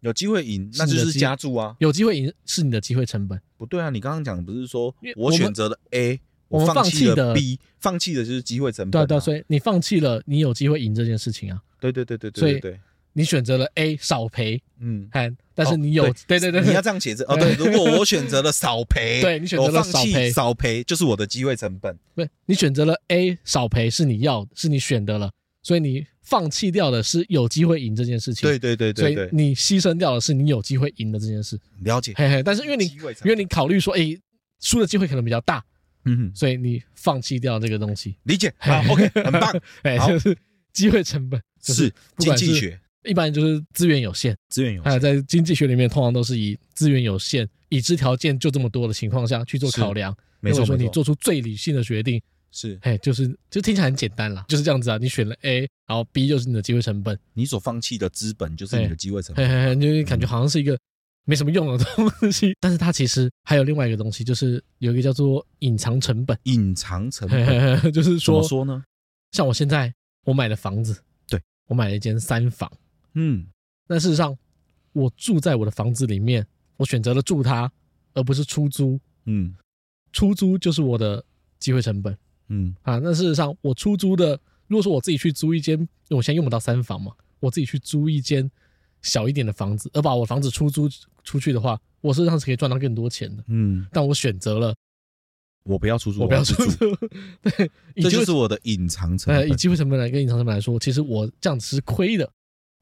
[SPEAKER 2] 有机会赢，
[SPEAKER 1] 是
[SPEAKER 2] 那就
[SPEAKER 1] 你的
[SPEAKER 2] 是
[SPEAKER 1] 机
[SPEAKER 2] 加注啊。
[SPEAKER 1] 有机会赢是你的机会成本。
[SPEAKER 2] 不对啊，你刚刚讲不是说
[SPEAKER 1] 因为我
[SPEAKER 2] 我
[SPEAKER 1] 们
[SPEAKER 2] 选择了 A，
[SPEAKER 1] 我们
[SPEAKER 2] 放弃
[SPEAKER 1] 放弃的
[SPEAKER 2] 了 B，放弃的就是机会成
[SPEAKER 1] 对
[SPEAKER 2] 本、
[SPEAKER 1] 啊
[SPEAKER 2] 啊。
[SPEAKER 1] 对啊，所以你放弃了你有机会赢这件事情啊，
[SPEAKER 2] 对对对对
[SPEAKER 1] 所以
[SPEAKER 2] 对对对，
[SPEAKER 1] 你选择了 A 少赔，
[SPEAKER 2] 嗯。
[SPEAKER 1] 看，但是
[SPEAKER 2] 哦
[SPEAKER 1] 你有、对对对，
[SPEAKER 2] 你要这样写字哦。
[SPEAKER 1] 对
[SPEAKER 2] 对，如果我选择了少赔，
[SPEAKER 1] 对你选择了
[SPEAKER 2] 我放
[SPEAKER 1] 少
[SPEAKER 2] 弃
[SPEAKER 1] 赔
[SPEAKER 2] 少赔就是我的机会成本。
[SPEAKER 1] 不是你选择了 A 少赔是你要是你选的了，所以你放弃掉的是有机会赢这件事情。
[SPEAKER 2] 对对对对对
[SPEAKER 1] 所以，你牺牲掉的是你有机会赢的这件事。
[SPEAKER 2] 了解。
[SPEAKER 1] 嘿嘿，但是因为你
[SPEAKER 2] 机会成
[SPEAKER 1] 因
[SPEAKER 2] 本
[SPEAKER 1] 为你考虑说，哎、输的机会可能比较大，
[SPEAKER 2] 嗯哼，
[SPEAKER 1] 所以你放弃掉这个东西。
[SPEAKER 2] 理解。好，OK，很棒。
[SPEAKER 1] 哎，
[SPEAKER 2] 好
[SPEAKER 1] 就是机会成本， 就是
[SPEAKER 2] 是
[SPEAKER 1] 不
[SPEAKER 2] 经
[SPEAKER 1] 管
[SPEAKER 2] 济
[SPEAKER 1] 是
[SPEAKER 2] 学
[SPEAKER 1] 一般就是资源有限，
[SPEAKER 2] 资源有
[SPEAKER 1] 还有
[SPEAKER 2] 限。
[SPEAKER 1] 在经济学里面，通常都是以资源有限、已知条件就这么多的情况下去做
[SPEAKER 2] 是
[SPEAKER 1] 考量。
[SPEAKER 2] 没
[SPEAKER 1] 认为
[SPEAKER 2] 错，
[SPEAKER 1] 说
[SPEAKER 2] 没
[SPEAKER 1] 你
[SPEAKER 2] 错
[SPEAKER 1] 做出最理性的决定，
[SPEAKER 2] 是
[SPEAKER 1] 哎，就是就听起来很简单啦，就是这样子啊。你选了 A，然后 B 就是你的机会成本，
[SPEAKER 2] 你所放弃的资本就是你的机会成
[SPEAKER 1] 嘿
[SPEAKER 2] 本。
[SPEAKER 1] 嘿嘿，就是感觉好像是一个没什么用的东西。 但是它其实还有另外一个东西，就是有一个叫做隐藏成本，
[SPEAKER 2] 隐藏成
[SPEAKER 1] 嘿
[SPEAKER 2] 本
[SPEAKER 1] 嘿嘿就是
[SPEAKER 2] 怎
[SPEAKER 1] 说
[SPEAKER 2] 么说呢？
[SPEAKER 1] 像我现在我买了房子，
[SPEAKER 2] 对
[SPEAKER 1] 我买了一间三房，
[SPEAKER 2] 嗯，
[SPEAKER 1] 但事实上我住在我的房子里面，我选择了住它，而不是出租，
[SPEAKER 2] 嗯
[SPEAKER 1] 出租就是我的机会成本。
[SPEAKER 2] 嗯，
[SPEAKER 1] 啊，那事实上我出租的，如果说我自己去租一间，因为我现在用不到三房嘛，我自己去租一间小一点的房子，而呃把我房子出租出去的话，我事实上是可以赚到更多钱的。
[SPEAKER 2] 嗯，
[SPEAKER 1] 但我选择了
[SPEAKER 2] 我不要出租，
[SPEAKER 1] 我不要
[SPEAKER 2] 自
[SPEAKER 1] 出
[SPEAKER 2] 住，
[SPEAKER 1] 租， 对，以
[SPEAKER 2] 这
[SPEAKER 1] 机
[SPEAKER 2] 就
[SPEAKER 1] 会
[SPEAKER 2] 是我的隐藏成
[SPEAKER 1] 呃以
[SPEAKER 2] 本。
[SPEAKER 1] 机会成本来跟隐藏成本来说，其实我这样子是亏的，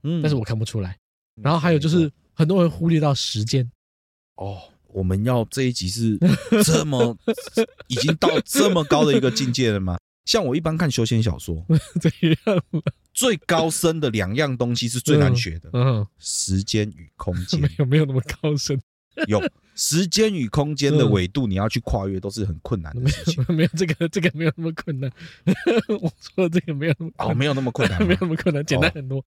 [SPEAKER 2] 嗯
[SPEAKER 1] 但是我看不出来。然后还有就
[SPEAKER 2] 没
[SPEAKER 1] 是
[SPEAKER 2] 错
[SPEAKER 1] 很多人忽略到时间，
[SPEAKER 2] 哦，我 们要这一集是这么已经到这么高的一个境界了吗？像我一般看修仙小说，
[SPEAKER 1] 这样，
[SPEAKER 2] 最高深的两样东西是最难学的：
[SPEAKER 1] 嗯，
[SPEAKER 2] 时间与空 间
[SPEAKER 1] 没。有没有那么高深，
[SPEAKER 2] 有时间与空间的
[SPEAKER 1] 嗯
[SPEAKER 2] 纬度，你要去跨越都是很困难的事 情。
[SPEAKER 1] 没有这个这个没有那么困难。 我说的这个没有那么
[SPEAKER 2] 哦，
[SPEAKER 1] 困
[SPEAKER 2] 没有那么困难
[SPEAKER 1] 难，没
[SPEAKER 2] 吗
[SPEAKER 1] 有。那么困难，简单很多。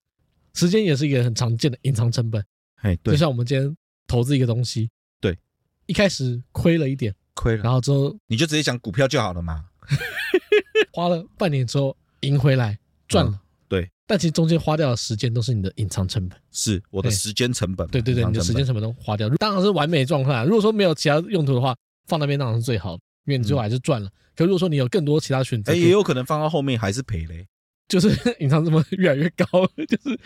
[SPEAKER 1] 时间也是一个很常见的隐藏成本，
[SPEAKER 2] 哎，对
[SPEAKER 1] 就，像我们今天投资一个东西，
[SPEAKER 2] 对，
[SPEAKER 1] 一开始亏了一点，
[SPEAKER 2] 亏了
[SPEAKER 1] 然，后之后
[SPEAKER 2] 你就直接讲股票就好了嘛。
[SPEAKER 1] 花了半年之后赢回来赚了，
[SPEAKER 2] 嗯对，
[SPEAKER 1] 但其实中间花掉的时间都是你的隐藏成本。
[SPEAKER 2] 是我的
[SPEAKER 1] 对
[SPEAKER 2] 时间成本嘛。
[SPEAKER 1] 对对对，你的时间成本都花掉，当然是完美状态啊。如果说没有其他用途的话，放那边当然是最好的，因为你最后还是赚了。可如果说你有更多其他选择，
[SPEAKER 2] 嗯哎，也有可能放到后面还是赔嘞。
[SPEAKER 1] 就是 隐藏成本越来越高， 就是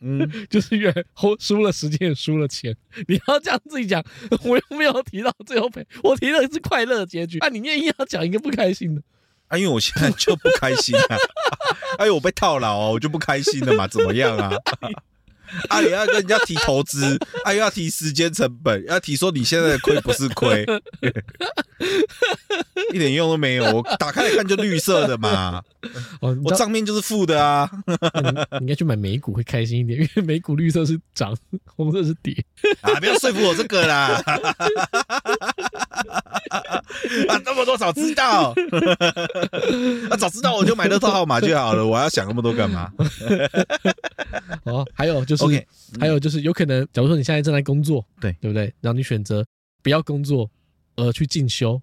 [SPEAKER 2] 嗯，
[SPEAKER 1] 就是越来后输了时间，也输了钱。你要这样自己讲，我又没有提到最后赔，我提的是快乐的结局。啊，你愿意要讲一个不开心的，
[SPEAKER 2] 啊，因为我现在就不开心啊， 哎呦，我被套牢哦，我就不开心了 嘛，怎么样啊？啊，也要跟人家提投资，啊，又要提时间成本，要提说你现在的亏不是亏， 一点用都没有。我打开来看就绿色的嘛，
[SPEAKER 1] 哦，你
[SPEAKER 2] 我
[SPEAKER 1] 知道
[SPEAKER 2] 账面就是负 的啊。
[SPEAKER 1] 你应该去买美股会开心一点，因为美股绿色是涨，红色是跌。
[SPEAKER 2] 啊，不要说服我这个啦！ 啊，那么多早 知道，啊，早知道我就买乐透号码就好了，我要想那么多干嘛
[SPEAKER 1] 哦，还有就是
[SPEAKER 2] OK，
[SPEAKER 1] 还有就是有可能，假如说你现在正在工作，
[SPEAKER 2] 对
[SPEAKER 1] 对不对？然后你选择不要工作，而去进修，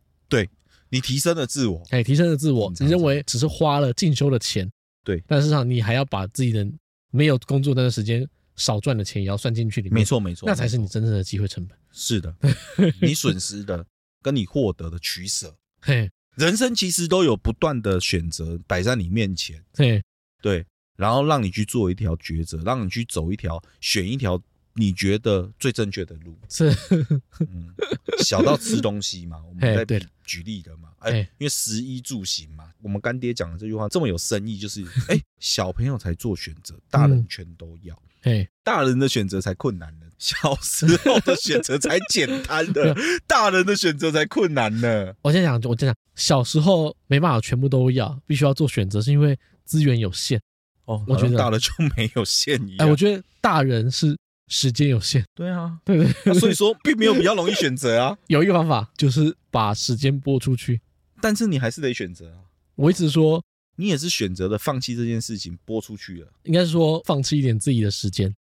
[SPEAKER 2] 你提升了自我，
[SPEAKER 1] 哎，提升了自我
[SPEAKER 2] 嗯，
[SPEAKER 1] 你认为只是花了进修的钱，
[SPEAKER 2] 对
[SPEAKER 1] 但事实上你还要把自己的没有工作那段时间少赚的钱也要算进去里面，
[SPEAKER 2] 没，错没错，
[SPEAKER 1] 那才是你真正的机会成本。
[SPEAKER 2] 是的， 你损失的跟你获得的取舍，
[SPEAKER 1] 嘿，
[SPEAKER 2] 人生其实都有不断的选择摆在你面前，
[SPEAKER 1] 嘿，
[SPEAKER 2] 对，然后让你去做一条抉择，让你去走一条选一条你觉得最正确的路。
[SPEAKER 1] 是，
[SPEAKER 2] 嗯，小到吃东西嘛，我
[SPEAKER 1] 嘿
[SPEAKER 2] 们
[SPEAKER 1] 对
[SPEAKER 2] 在
[SPEAKER 1] 的
[SPEAKER 2] 举例的嘛，哎、
[SPEAKER 1] 嘿
[SPEAKER 2] 因为食衣住行嘛，我们干爹讲的这句话这么有深意，就是哎、小朋友才做选择，
[SPEAKER 1] 嗯
[SPEAKER 2] 大人全都要，
[SPEAKER 1] 嘿，
[SPEAKER 2] 大人的选择才困难呢， 小时候的选择才简 单的，大人的选择才困难呢。
[SPEAKER 1] 我先讲，我先讲，小时候没办法全部都要，必须要做选择，是因为资源有限。
[SPEAKER 2] 哦，
[SPEAKER 1] 我觉得
[SPEAKER 2] 好像大了就没有限一
[SPEAKER 1] 哎，
[SPEAKER 2] 样，
[SPEAKER 1] 我觉得大人是时间有限，
[SPEAKER 2] 对 啊，
[SPEAKER 1] 对不对？
[SPEAKER 2] 啊所以说并没有比较容易选择啊，
[SPEAKER 1] 有一个方法就是把时间拨出去。
[SPEAKER 2] 但是你还是得选择啊，
[SPEAKER 1] 我一直说，
[SPEAKER 2] 你也是选择了放弃这件事情，播出去了，
[SPEAKER 1] 应该是说放弃一点自己的时间，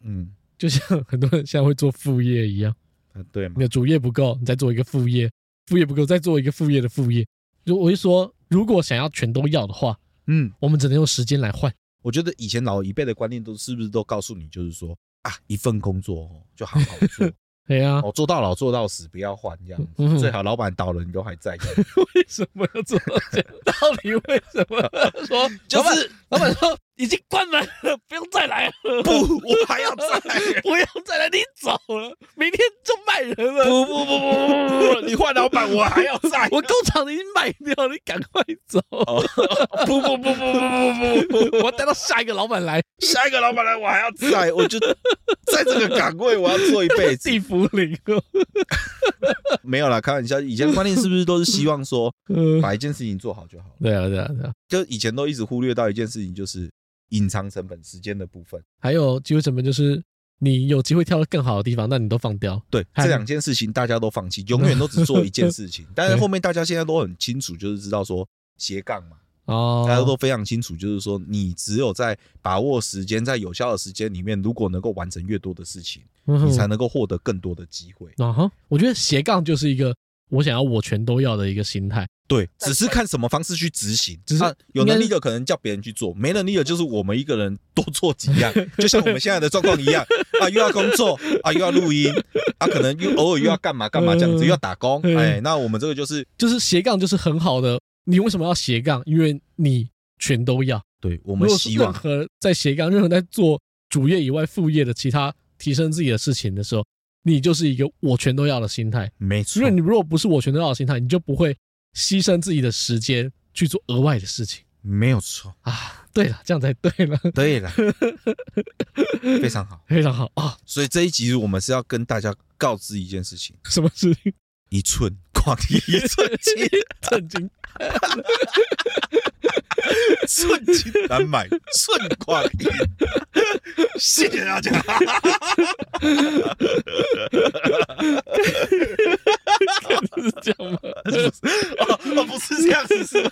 [SPEAKER 2] 嗯，
[SPEAKER 1] 就像很多人现在会做副业一样，
[SPEAKER 2] 啊对嘛
[SPEAKER 1] 你，的主业不够，你再做一个副业，副业不够，再做一个副业的副业。就我一说，如果想要全都要的话，
[SPEAKER 2] 嗯。
[SPEAKER 1] 我们只能用时间来换。
[SPEAKER 2] 我觉得以前老一辈的观念都是不是都告诉你，就是说啊，一份工作哦就好好做，
[SPEAKER 1] 对啊呀、
[SPEAKER 2] 哦做到老做到死，不要换这样
[SPEAKER 1] 嗯
[SPEAKER 2] 子，最好老板倒了你都还在，
[SPEAKER 1] 为什么要做到这样？到底为什 么要说？
[SPEAKER 2] 就
[SPEAKER 1] 老板
[SPEAKER 2] 是
[SPEAKER 1] 老板说已经关门了，不用再来了，
[SPEAKER 2] 不，我还要在，
[SPEAKER 1] 不用再来，你走了，明天就卖人了。
[SPEAKER 2] 不 不不不不不，你换老板 我还要在，哦
[SPEAKER 1] 我工厂已经卖掉了，你赶快走！
[SPEAKER 2] 不不不不不不不，
[SPEAKER 1] 我要带到下一个老板来，
[SPEAKER 2] 下一个老板来我还要在，哎我就在这个岗位我要做一辈 子，
[SPEAKER 1] 地府灵哦。
[SPEAKER 2] 没有啦，开玩笑，以前的观念是不是都是希望说
[SPEAKER 1] 嗯
[SPEAKER 2] 把一件事情做好就好了？
[SPEAKER 1] 对啊，对啊，对啊。
[SPEAKER 2] 就以前都一直忽略到一件事情，就是隐藏成本时间的部分。
[SPEAKER 1] 还有机会成本就是你有机会跳到更好的地方，那你都放掉。
[SPEAKER 2] 对，
[SPEAKER 1] 还有
[SPEAKER 2] 这两件事情大家都放弃，永远都只做一件事 情。但是后面大家现在都很清楚，就是知道说斜杠嘛，
[SPEAKER 1] 哦，
[SPEAKER 2] 大家都非常清楚，就是说你只有在把握时间，在有效的时间里面，如果能够完成越多的事情，
[SPEAKER 1] 嗯
[SPEAKER 2] 你才能够获得更多的机会。
[SPEAKER 1] 啊哈。我觉得斜杠就是一个我想要我全都要的一个心态。
[SPEAKER 2] 对，只是看什么方式去执行。
[SPEAKER 1] 只是
[SPEAKER 2] 啊有
[SPEAKER 1] 应该是
[SPEAKER 2] 能力的可能叫别人去做，没能力的就是我们一个人多做几样，就像我们现在的状况一样啊，又要工作啊，又要录音啊，可能又偶尔又要干嘛干嘛这样子，又要打工。
[SPEAKER 1] 嗯
[SPEAKER 2] 哎，那我们这个就是
[SPEAKER 1] 就是斜杠就是很好的，你为什么要斜杠？因为你全都要。
[SPEAKER 2] 对我
[SPEAKER 1] 我
[SPEAKER 2] 们希望
[SPEAKER 1] 任何在斜杠，任何在做主业以外副业的其他提升自己的事情的时候，你就是一个我全都要的心态。
[SPEAKER 2] 没
[SPEAKER 1] 因
[SPEAKER 2] 错
[SPEAKER 1] 为，你如果不是我全都要的心态，你就不会牺牲自己的时间去做额外的事情
[SPEAKER 2] 没有错，
[SPEAKER 1] 啊。对了，这样才对了，
[SPEAKER 2] 对了，非常好。
[SPEAKER 1] 非常好啊。
[SPEAKER 2] 所以这一集我们是要跟大家告知一件事情：
[SPEAKER 1] 什么事情？
[SPEAKER 2] 一寸光阴一寸金。
[SPEAKER 1] 震惊！
[SPEAKER 2] 寸金难买寸光阴。谢谢大家。
[SPEAKER 1] 是这样吗？
[SPEAKER 2] 哦，哦不是这样子是吗？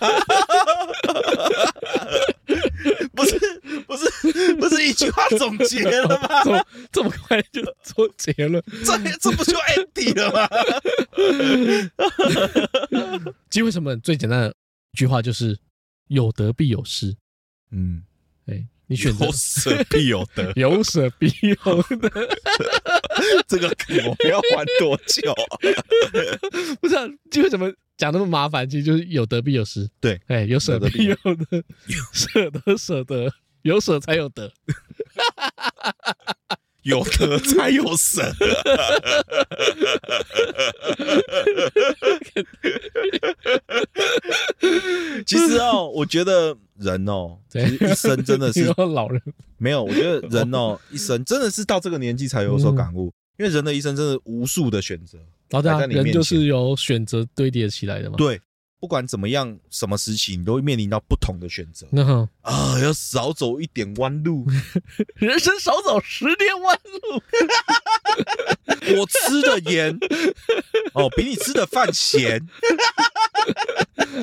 [SPEAKER 2] 不是不是不是一句话总结了吗？
[SPEAKER 1] 这么这么快就做结论，
[SPEAKER 2] 这这不就 Andy 了吗？
[SPEAKER 1] 机会成本最简单的一句话就是有得必有失。
[SPEAKER 2] 嗯，
[SPEAKER 1] 哎，你选择，
[SPEAKER 2] 有舍必有得
[SPEAKER 1] 有舍必有得，
[SPEAKER 2] 这个梗我们要玩多久？
[SPEAKER 1] 不是啊机会怎么讲那么麻烦？其实就是有得必有失。
[SPEAKER 2] 对，
[SPEAKER 1] 哎，有舍
[SPEAKER 2] 有得
[SPEAKER 1] 必
[SPEAKER 2] 必
[SPEAKER 1] 有
[SPEAKER 2] 有
[SPEAKER 1] 得，舍得舍得，有舍才有得。
[SPEAKER 2] 有得才有啊舍。其实哦，我觉得人哦，其
[SPEAKER 1] 对
[SPEAKER 2] 实一生真的
[SPEAKER 1] 你
[SPEAKER 2] 是
[SPEAKER 1] 说老人
[SPEAKER 2] 没有，我觉得人哦，一生真的是到这个年纪才有所感悟，因为人的一生真的无数的选择。
[SPEAKER 1] 老大
[SPEAKER 2] 摆在你面
[SPEAKER 1] 人
[SPEAKER 2] 前
[SPEAKER 1] 就是由选择堆叠起来的嘛。，
[SPEAKER 2] 对，不管怎么样，什么时期你都会面临到不同的选择
[SPEAKER 1] 那好
[SPEAKER 2] 啊，要少走一点弯路。
[SPEAKER 1] 人生少走十年弯路，
[SPEAKER 2] 我吃的盐哦，比你吃的饭咸。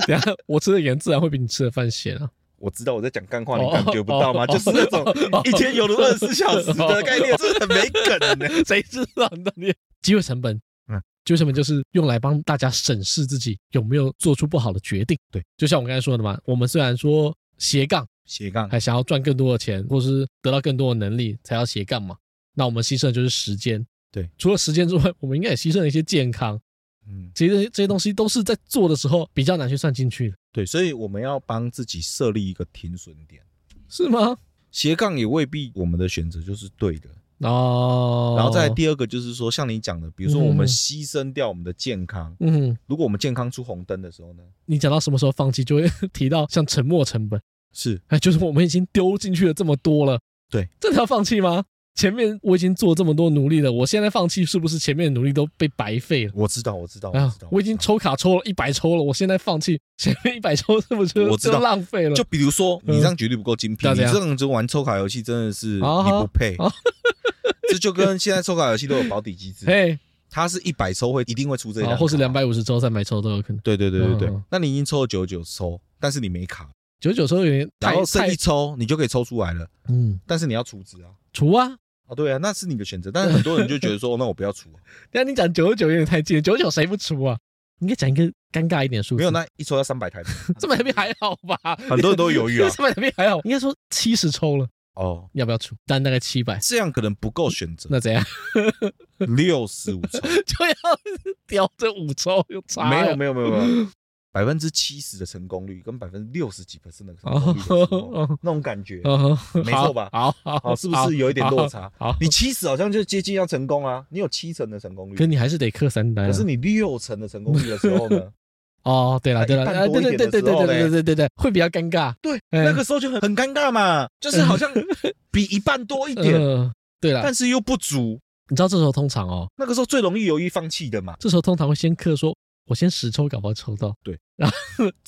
[SPEAKER 1] 等一下我吃的盐自然会比你吃的饭咸啊。
[SPEAKER 2] 我知道我在讲干话，
[SPEAKER 1] 哦
[SPEAKER 2] 你感觉不到吗？
[SPEAKER 1] 哦
[SPEAKER 2] 就是那种
[SPEAKER 1] 哦
[SPEAKER 2] 一天有如二十四小时的概念，这很没梗 呢。
[SPEAKER 1] 谁知道你到底机会成本？嗯
[SPEAKER 2] 嗯，
[SPEAKER 1] 机会成本就是用来帮大家审视自己有没有做出不好的决定。
[SPEAKER 2] 对，
[SPEAKER 1] 就像我刚才说的嘛，我们虽然说 斜杠
[SPEAKER 2] 斜杠
[SPEAKER 1] 还想要赚更多的钱，或是得到更多的能力才要斜杠嘛，那我们牺牲的就是时间。
[SPEAKER 2] 对，
[SPEAKER 1] 除了时间之外，我们应该也牺牲了一些健康。
[SPEAKER 2] 嗯，
[SPEAKER 1] 其实这些这些东西都是在做的时候比较难去算进去的，
[SPEAKER 2] 对，所以我们要帮自己设立一个停损点。
[SPEAKER 1] 是吗？
[SPEAKER 2] 斜杠也未必我们的选择就是对的。
[SPEAKER 1] 哦，
[SPEAKER 2] 然后再来第二个就是说，像你讲的，比如说我
[SPEAKER 1] 嗯
[SPEAKER 2] 们牺牲掉我们的健康，
[SPEAKER 1] 嗯，
[SPEAKER 2] 如果我们健康出红灯的时候呢，
[SPEAKER 1] 你讲到什么时候放弃，就会 提到像沉没成本，
[SPEAKER 2] 是
[SPEAKER 1] 哎，就是我们已经丢进去了这么多了，
[SPEAKER 2] 对，
[SPEAKER 1] 真的要放弃吗？前面我已经做这么多努力了，我现在放弃是不是前面的努力都被白费了？
[SPEAKER 2] 我知道，我知道，我
[SPEAKER 1] 啊
[SPEAKER 2] 知道，，
[SPEAKER 1] 我已经
[SPEAKER 2] 知道
[SPEAKER 1] 抽卡抽了一百抽了，我现在放弃前面一百抽，是不是就
[SPEAKER 2] 我知道
[SPEAKER 1] 就浪费了？
[SPEAKER 2] 就比如说，你这样绝对不够精
[SPEAKER 1] 嗯
[SPEAKER 2] 辟，你
[SPEAKER 1] 这样
[SPEAKER 2] 这样子玩抽卡游戏真的是你
[SPEAKER 1] 好好
[SPEAKER 2] 不配
[SPEAKER 1] 好。
[SPEAKER 2] 这就跟现在抽卡游戏都有保底机制，
[SPEAKER 1] 哎，
[SPEAKER 2] 它是一百抽会一定会出这
[SPEAKER 1] 啊，
[SPEAKER 2] 两，
[SPEAKER 1] 或是两。百五十抽、三百抽都有可能。
[SPEAKER 2] 对对对对
[SPEAKER 1] 嗯
[SPEAKER 2] 对
[SPEAKER 1] 嗯，
[SPEAKER 2] 那你已经抽了九九抽，但是你没卡，
[SPEAKER 1] 九九抽有点
[SPEAKER 2] 然
[SPEAKER 1] 太
[SPEAKER 2] 后剩
[SPEAKER 1] 太
[SPEAKER 2] 一抽你就可以抽出来了，
[SPEAKER 1] 嗯，
[SPEAKER 2] 但是你要出资啊。
[SPEAKER 1] 除啊，
[SPEAKER 2] 啊，对啊，那是你的选择，但是很多人就觉 得说，哦那我不要啊出，
[SPEAKER 1] 但你讲九九有点太近，九九谁不除啊？你应该讲一个尴尬一点的数字，
[SPEAKER 2] 没有那一抽要三百台币，
[SPEAKER 1] 这么台币还好吧？
[SPEAKER 2] 很多人都犹豫啊
[SPEAKER 1] 这么台币还好，应该说七十抽了，
[SPEAKER 2] 哦，
[SPEAKER 1] 要不要出？但大概七百，
[SPEAKER 2] 这样可能不够选 择，
[SPEAKER 1] 那怎样
[SPEAKER 2] 六十五 抽，
[SPEAKER 1] 就要掉这五抽又差
[SPEAKER 2] 没
[SPEAKER 1] 了
[SPEAKER 2] 有没有没有没有，百分之七十的成功率跟百分之六十几 percent 的成功率的时候
[SPEAKER 1] 哦
[SPEAKER 2] 那种感觉，
[SPEAKER 1] 哦，
[SPEAKER 2] 没错吧
[SPEAKER 1] 好好
[SPEAKER 2] 哦，
[SPEAKER 1] 好，
[SPEAKER 2] 是不是有一点落
[SPEAKER 1] 好？
[SPEAKER 2] 差？
[SPEAKER 1] 好，
[SPEAKER 2] 你七十好像就接近要成功啊，你有七成的成功率，
[SPEAKER 1] 可你还是得克三单啊。
[SPEAKER 2] 可是你六成的成功率的时候呢，
[SPEAKER 1] 哦，对了对了，
[SPEAKER 2] 那一
[SPEAKER 1] 啊
[SPEAKER 2] 半多
[SPEAKER 1] 对对
[SPEAKER 2] 一点的
[SPEAKER 1] 对对对
[SPEAKER 2] 时
[SPEAKER 1] 对
[SPEAKER 2] 候嘞
[SPEAKER 1] 对对对对，会比较尴尬。
[SPEAKER 2] 对，
[SPEAKER 1] 哎
[SPEAKER 2] 那个时候就很很尴尬嘛，就是好 像比一半多一点，
[SPEAKER 1] 嗯，对了，
[SPEAKER 2] 但是又不足。
[SPEAKER 1] 你知道这时候通常哦，
[SPEAKER 2] 那个时候最容易犹豫放弃的嘛，
[SPEAKER 1] 这时候通常会先克说，我先十抽，搞不好抽到。，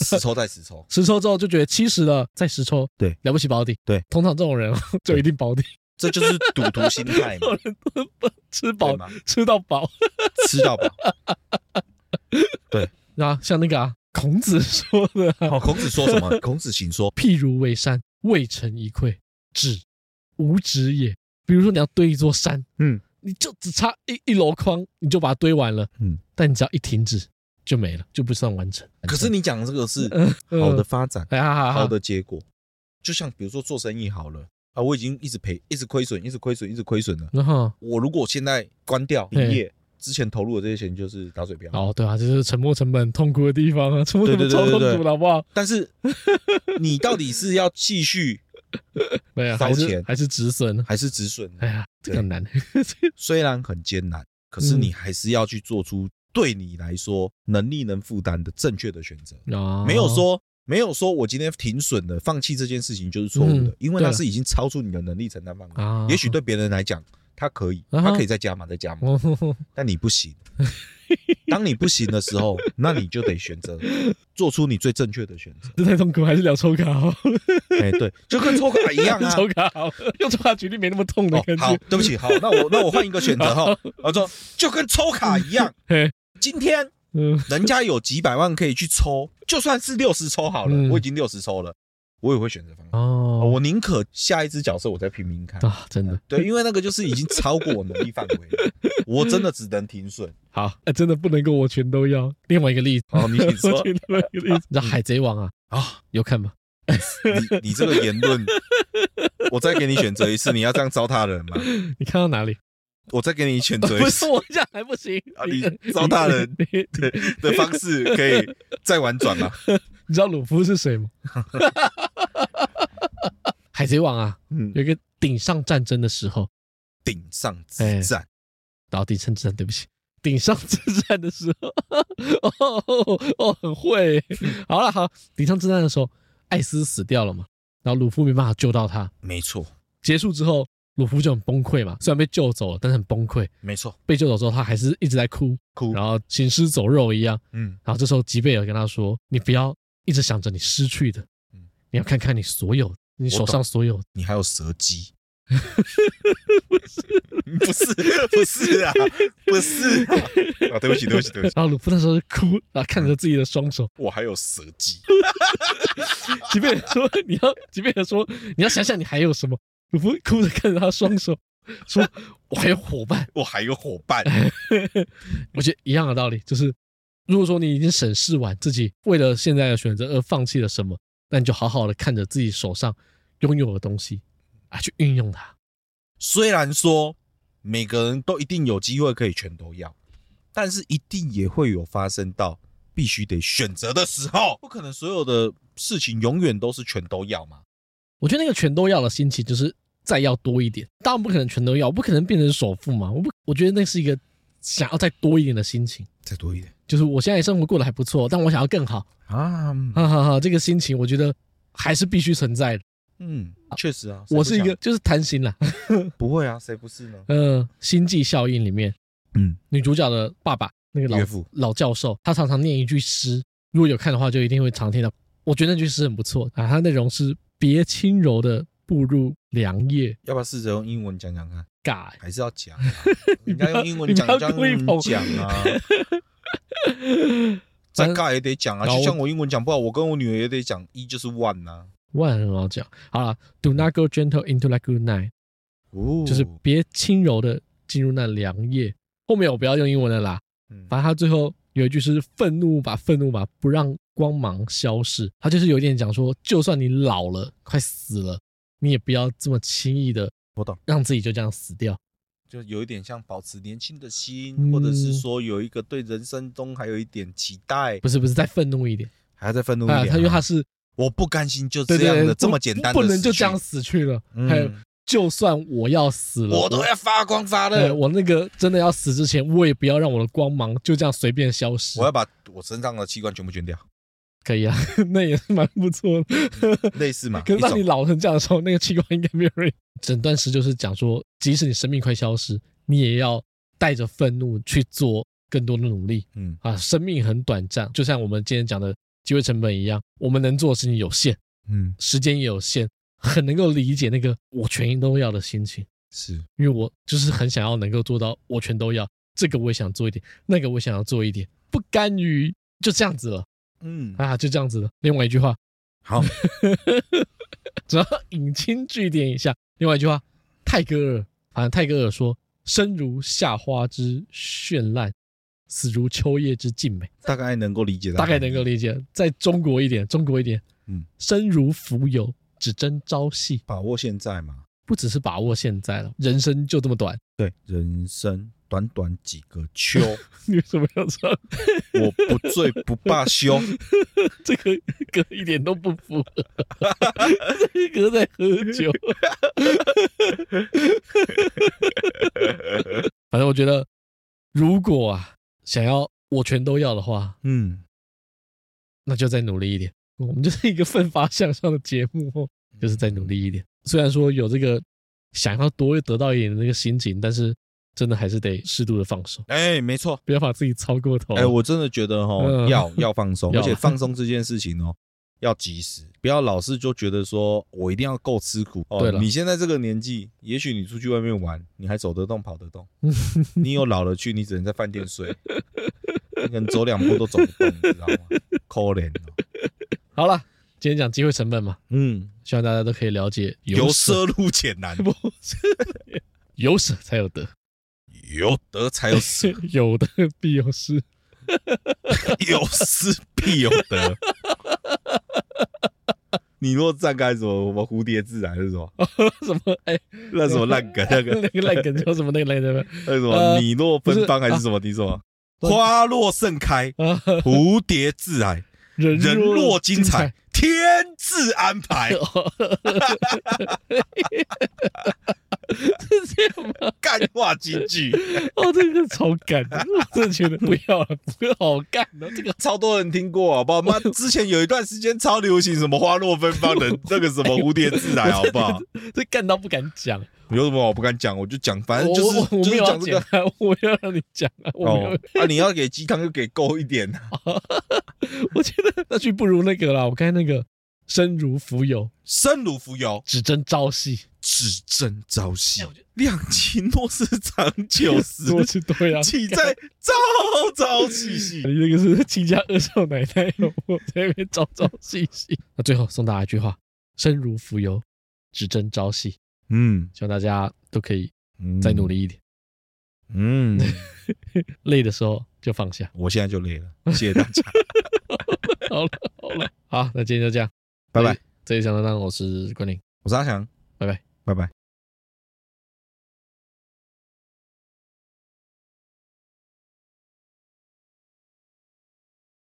[SPEAKER 2] 十抽再十抽
[SPEAKER 1] 十抽之后就觉得七十了，再十抽，
[SPEAKER 2] 对，
[SPEAKER 1] 了不起保底，
[SPEAKER 2] 对，
[SPEAKER 1] 通常这种 人就一定保底，
[SPEAKER 2] 这就是赌徒心态嘛，
[SPEAKER 1] 吃
[SPEAKER 2] 对
[SPEAKER 1] 饱
[SPEAKER 2] 吗？
[SPEAKER 1] 吃到饱。
[SPEAKER 2] 吃 到饱。
[SPEAKER 1] 啊，像那个啊，孔子说的、啊，
[SPEAKER 2] 哦，孔子说什么？孔子 请说。
[SPEAKER 1] 譬如为山，未成一篑，止，无止也。比如说你要堆一座山，
[SPEAKER 2] 嗯，
[SPEAKER 1] 你就只差一一箩筐，你就把它堆完了，
[SPEAKER 2] 嗯，
[SPEAKER 1] 但你只要一停止，就没了，就不算完成。
[SPEAKER 2] 可是你讲的这个是
[SPEAKER 1] 嗯，嗯
[SPEAKER 2] 好的，发展，
[SPEAKER 1] 哎呀，好
[SPEAKER 2] 好，的结果，就像比如说做生意好了啊，我已经一直赔，一直亏损，一直亏损，一直亏损了。
[SPEAKER 1] 然后。
[SPEAKER 2] 我如果现在关掉
[SPEAKER 1] 嘿
[SPEAKER 2] 营业，之前投入的这些钱就是打水漂。
[SPEAKER 1] 哦，对啊，这就是沉没成本痛苦的地方啊，沉没成本
[SPEAKER 2] 对对
[SPEAKER 1] 超
[SPEAKER 2] 对
[SPEAKER 1] 痛
[SPEAKER 2] 对
[SPEAKER 1] 苦的，好不好？
[SPEAKER 2] 但是你到底是要继续
[SPEAKER 1] 没有，
[SPEAKER 2] 烧
[SPEAKER 1] 啊还是
[SPEAKER 2] 钱
[SPEAKER 1] 还是止损。
[SPEAKER 2] 还是止损？
[SPEAKER 1] 哎呀，这个很难。
[SPEAKER 2] 虽然很艰难，可是
[SPEAKER 1] 嗯
[SPEAKER 2] 你还是要去做出对你来说能力能负担的正确的选择。
[SPEAKER 1] 哦
[SPEAKER 2] 嗯没有说没有说我今天停损了，放弃这件事情就是错误的
[SPEAKER 1] 嗯，
[SPEAKER 2] 因为它
[SPEAKER 1] 对啊
[SPEAKER 2] 是已经超出你的能力承担范围。
[SPEAKER 1] 啊，
[SPEAKER 2] 也许对别人来讲，他可以，
[SPEAKER 1] 啊哈
[SPEAKER 2] 他可以再加码再加码，
[SPEAKER 1] 哦，
[SPEAKER 2] 但你不行。当你不行的时候，那你就得选择，做出你最正确的选择。
[SPEAKER 1] 这太痛苦，还是聊抽卡好了，
[SPEAKER 2] 哎，对，就跟抽卡一样啊。
[SPEAKER 1] 抽卡好了，用抽卡举例没那么痛的
[SPEAKER 2] 哦
[SPEAKER 1] 感，
[SPEAKER 2] 好
[SPEAKER 1] 觉。，
[SPEAKER 2] 对不起，好，那我那我换一个选择 哈。我说，就跟抽卡一样
[SPEAKER 1] 嘿，
[SPEAKER 2] 今天
[SPEAKER 1] 嗯
[SPEAKER 2] 人家有几百万可以去抽，就算是六十抽好了，
[SPEAKER 1] 嗯
[SPEAKER 2] 我已经六十抽了，我也会选择方法。
[SPEAKER 1] 哦，
[SPEAKER 2] 我宁可下一只角色我再拼命看。
[SPEAKER 1] 啊，真的
[SPEAKER 2] 对，因为那个就是已经超过我能力范围了，我真的只能停损。
[SPEAKER 1] 好，哎真的不能够我全都要。另外一个 例子，
[SPEAKER 2] 哦，你你
[SPEAKER 1] 我
[SPEAKER 2] 说
[SPEAKER 1] 举另外一个例子，你知道《海贼王》啊，
[SPEAKER 2] 啊，
[SPEAKER 1] 有看吗？
[SPEAKER 2] 你你这个言论，我再给你选择一次，你要这样糟蹋人吗？
[SPEAKER 1] 你看到哪里？
[SPEAKER 2] 我再给你选择
[SPEAKER 1] 不是
[SPEAKER 2] 一 次
[SPEAKER 1] 我这样还不行
[SPEAKER 2] 啊你糟蹋人
[SPEAKER 1] 你你
[SPEAKER 2] 对的方式，可以再婉转吗？
[SPEAKER 1] 你知道鲁夫是谁 吗？海贼王啊，
[SPEAKER 2] 嗯，
[SPEAKER 1] 有一个顶上战争的时候，
[SPEAKER 2] 顶上之
[SPEAKER 1] 哎
[SPEAKER 2] 战，
[SPEAKER 1] 然后顶上之战，对不起，顶上之战的时候， 哦哦哦，很会。好了，好，顶上之战的时候，艾斯死掉了嘛，然后鲁夫没办法救到他。
[SPEAKER 2] 没错，
[SPEAKER 1] 结束之后，鲁夫就很崩溃嘛，虽然被救走了，但是很崩溃。
[SPEAKER 2] 没错，
[SPEAKER 1] 被救走之后，他还是一直在哭，
[SPEAKER 2] 哭
[SPEAKER 1] 然后行尸走肉一样。
[SPEAKER 2] 嗯，
[SPEAKER 1] 然后这时候吉贝尔跟他说：“你不要一直想着你失去的
[SPEAKER 2] 嗯，
[SPEAKER 1] 你要看看你所有，你手上所有的。
[SPEAKER 2] 你还有蛇 姬。不是不是 啊，不是啊！啊对不起，对不起，对不起，
[SPEAKER 1] 然后鲁夫那时候就哭，然后看着自己的双 手。
[SPEAKER 2] 我还有蛇姬。
[SPEAKER 1] 吉贝尔说：“你要，吉贝尔说你要想想你还有什么。”鲁夫哭着看着他双手，说：“我还有伙伴。
[SPEAKER 2] 我还有伙 伴，”
[SPEAKER 1] 我觉得一样的道理，就是如果说你已经审视完自己为了现在的选择而放弃了什么，那你就好好的看着自己手上拥有的东西啊，去运用它。
[SPEAKER 2] 虽然说每个人都一定有机会可以全都要，但是一定也会有发生到必须得选择的时候。不可能所有的事情永远都是全都要嘛。
[SPEAKER 1] 我觉得那个全都要的心情，就是再要多一点。当然不可能全都要，我不可能变成首富嘛。我不，我觉得那是一个想要再多一点的心情。
[SPEAKER 2] 再多一点
[SPEAKER 1] 就是我现在生活过得还不错，但我想要更好，
[SPEAKER 2] 啊，
[SPEAKER 1] 哈哈哈！这个心情我觉得还是必须存在的。
[SPEAKER 2] 嗯，确实啊，谁
[SPEAKER 1] 我
[SPEAKER 2] 不
[SPEAKER 1] 是一
[SPEAKER 2] 想
[SPEAKER 1] 个就是贪心啦，
[SPEAKER 2] 不会啊，谁不是呢？
[SPEAKER 1] 呃，《星际效应》里面
[SPEAKER 2] 嗯，
[SPEAKER 1] 女主角的爸爸那个老
[SPEAKER 2] 岳父
[SPEAKER 1] 老教授，他常常念一句诗，如果有看的话，就一定会常听到。我觉得那句诗很不错啊，它内容是“别轻柔的步入良夜
[SPEAKER 2] 要不要试着用英文讲讲看？”，
[SPEAKER 1] 尬
[SPEAKER 2] 还是要 讲、啊，应该用英文
[SPEAKER 1] 你不
[SPEAKER 2] 讲，
[SPEAKER 1] 要
[SPEAKER 2] 这
[SPEAKER 1] 故意
[SPEAKER 2] 样
[SPEAKER 1] 捧
[SPEAKER 2] 讲 啊。再
[SPEAKER 1] 反正
[SPEAKER 2] 尬也得讲啊，
[SPEAKER 1] 然后
[SPEAKER 2] 就像我英文讲不好，我跟我女儿也得讲一就是 one 呐、啊。
[SPEAKER 1] 万很好讲。好了，Do not go gentle into that good night，、
[SPEAKER 2] 哦，
[SPEAKER 1] 就是别轻柔的进入那良夜。后面我不要用英文了啦，
[SPEAKER 2] 嗯
[SPEAKER 1] 反正他最后有一句是“愤怒吧，愤怒吧，不让光芒消逝”。他就是有一点讲说，就算你老了，快死了，你也不要这么轻易的
[SPEAKER 2] 我懂，
[SPEAKER 1] 让自己就这样死掉。
[SPEAKER 2] 就有一点像保持年轻的心，
[SPEAKER 1] 嗯
[SPEAKER 2] 或者是说有一个对人生中还有一点期待，
[SPEAKER 1] 不是不是，再愤怒一点
[SPEAKER 2] 还要再愤怒一点、
[SPEAKER 1] 啊！他因为他是
[SPEAKER 2] 我不甘心就
[SPEAKER 1] 对
[SPEAKER 2] 这
[SPEAKER 1] 对
[SPEAKER 2] 样
[SPEAKER 1] 对
[SPEAKER 2] 的这
[SPEAKER 1] 不
[SPEAKER 2] 么简单的
[SPEAKER 1] 不能就
[SPEAKER 2] 死去
[SPEAKER 1] 这样，死去了。
[SPEAKER 2] 嗯
[SPEAKER 1] 还有，就算我要死了，
[SPEAKER 2] 我都要发光发
[SPEAKER 1] 对
[SPEAKER 2] 热，
[SPEAKER 1] 我那个真的要死之前，我也不要让我的光芒就这样随便消失。
[SPEAKER 2] 我要把我身上的器官全部捐掉，
[SPEAKER 1] 可以啊， 那也是蛮不错的。
[SPEAKER 2] 嗯 类似嘛，
[SPEAKER 1] 可是
[SPEAKER 2] 一
[SPEAKER 1] 当你
[SPEAKER 2] 种
[SPEAKER 1] 老成这样的时候，那个器官应该没有人。整段诗就是讲说，即使你生命快消失，你也要带着愤怒去做更多的努力
[SPEAKER 2] 嗯
[SPEAKER 1] 啊！生命很短暂，就像我们今天讲的机会成本一样，我们能做的事情有限，
[SPEAKER 2] 嗯
[SPEAKER 1] 时间也有限，很能够理解那个我全都要的心情。
[SPEAKER 2] 是
[SPEAKER 1] 因为我就是很想要能够做到，我全都要，这个我也想做一点，那个我也想要做一点，不甘于就这样子了
[SPEAKER 2] 嗯
[SPEAKER 1] 啊，就这样子了。另外一句话，
[SPEAKER 2] 好，
[SPEAKER 1] 只要引经据典一下。另外一句话，泰戈尔，反正泰戈尔说：“生如夏花之绚烂，死如秋叶之静美。
[SPEAKER 2] 大概能够理解”到，
[SPEAKER 1] 大概能够理解。在中国一点，中国一点，
[SPEAKER 2] 嗯，
[SPEAKER 1] 生如蜉蝣，只争朝夕。
[SPEAKER 2] 把握现在嘛，
[SPEAKER 1] 不只是把握现在了，人生就这么短，
[SPEAKER 2] 对，人生短短几个秋，
[SPEAKER 1] 你为什么要这样？
[SPEAKER 2] 我不醉不罢休，
[SPEAKER 1] 这个歌一点都不符合， 这个歌在喝酒。 反正我觉得，如果啊想要我全都要的话，
[SPEAKER 2] 嗯，
[SPEAKER 1] 那就再努力一点。我们就是一个奋发向上的节目哦，就是再努力一点。虽然说有这个想要多得到一点的那个心情，但是真的还是得适度的放手，
[SPEAKER 2] 哎，没错，
[SPEAKER 1] 不要把自己操过头。
[SPEAKER 2] 哎，我真的觉得哦
[SPEAKER 1] 嗯，
[SPEAKER 2] 要要放松，
[SPEAKER 1] 要
[SPEAKER 2] 而且放松这件事情哦，要及时，不要老是就觉得说我一定要够吃苦哦
[SPEAKER 1] 对。了
[SPEAKER 2] 你现在这个年纪，也许你出去外面玩，你还走得动跑 得动，你有老了去，你只能在饭店睡，你可能走两步都走不动，你知道吗？可怜哦，
[SPEAKER 1] 好了，今天讲机会成本嘛，
[SPEAKER 2] 嗯，
[SPEAKER 1] 希望大家都可以了解
[SPEAKER 2] 由
[SPEAKER 1] 舍
[SPEAKER 2] 奢入俭难，
[SPEAKER 1] 不是 有舍才有得，
[SPEAKER 2] 有得才有失，
[SPEAKER 1] 有的必有失。
[SPEAKER 2] 有失必有得。你若站开什么什么蝴蝶自然是什么？
[SPEAKER 1] 什么？哎，
[SPEAKER 2] 那什么烂梗？那个
[SPEAKER 1] 那个烂梗叫什么？那个烂梗叫什
[SPEAKER 2] 那什么？
[SPEAKER 1] 呃
[SPEAKER 2] 你若芬芳
[SPEAKER 1] 不是
[SPEAKER 2] 还是什么？你什么？
[SPEAKER 1] 啊
[SPEAKER 2] 花若盛开，
[SPEAKER 1] 么啊？
[SPEAKER 2] 蝴蝶自 来，
[SPEAKER 1] 人
[SPEAKER 2] 人若精彩，天自安
[SPEAKER 1] 哎
[SPEAKER 2] 排。
[SPEAKER 1] 哦是这样吗？
[SPEAKER 2] 干话金句，
[SPEAKER 1] 哦，这个超干的，我真的觉得不要了，不要好干哦，这个
[SPEAKER 2] 超多人听过，好
[SPEAKER 1] 哎
[SPEAKER 2] 不好？妈，之前有一段时间超流行什么花若芬
[SPEAKER 1] 哎
[SPEAKER 2] 芳的那个什么蝴蝶自来，好不好？
[SPEAKER 1] 这干到不敢讲。
[SPEAKER 2] 有什么我不敢讲，我就讲，反正
[SPEAKER 1] 我
[SPEAKER 2] 就是
[SPEAKER 1] 我我没
[SPEAKER 2] 就是
[SPEAKER 1] 有要
[SPEAKER 2] 讲这
[SPEAKER 1] 讲
[SPEAKER 2] 个。
[SPEAKER 1] 啊，我要让你讲啊，我没有
[SPEAKER 2] 哦，啊，你要给鸡汤就给够一点啊，
[SPEAKER 1] 我觉得那句不如那个啦，我刚才那个生如蜉蝣，
[SPEAKER 2] 生如蜉蝣，
[SPEAKER 1] 只争朝夕，
[SPEAKER 2] 只争朝夕
[SPEAKER 1] 哎 我觉得。
[SPEAKER 2] 两情若是长久时，
[SPEAKER 1] 多是对啊。
[SPEAKER 2] 岂在朝朝夕夕？
[SPEAKER 1] 你那个是亲家二少奶奶，我在那边朝朝夕夕。那最后送大家一句话：生如蜉蝣，只争朝夕。
[SPEAKER 2] 嗯，
[SPEAKER 1] 希望大家都可以再努
[SPEAKER 2] 力。
[SPEAKER 1] 力一点，
[SPEAKER 2] 嗯，
[SPEAKER 1] 累的时候就放下。
[SPEAKER 2] 我现在就累了，谢谢大 家，
[SPEAKER 1] 好了好了，好，那今天就这样，
[SPEAKER 2] 拜拜。
[SPEAKER 1] 这里想当当，我是关林。
[SPEAKER 2] 我是阿翔，
[SPEAKER 1] 拜拜，
[SPEAKER 2] 拜拜。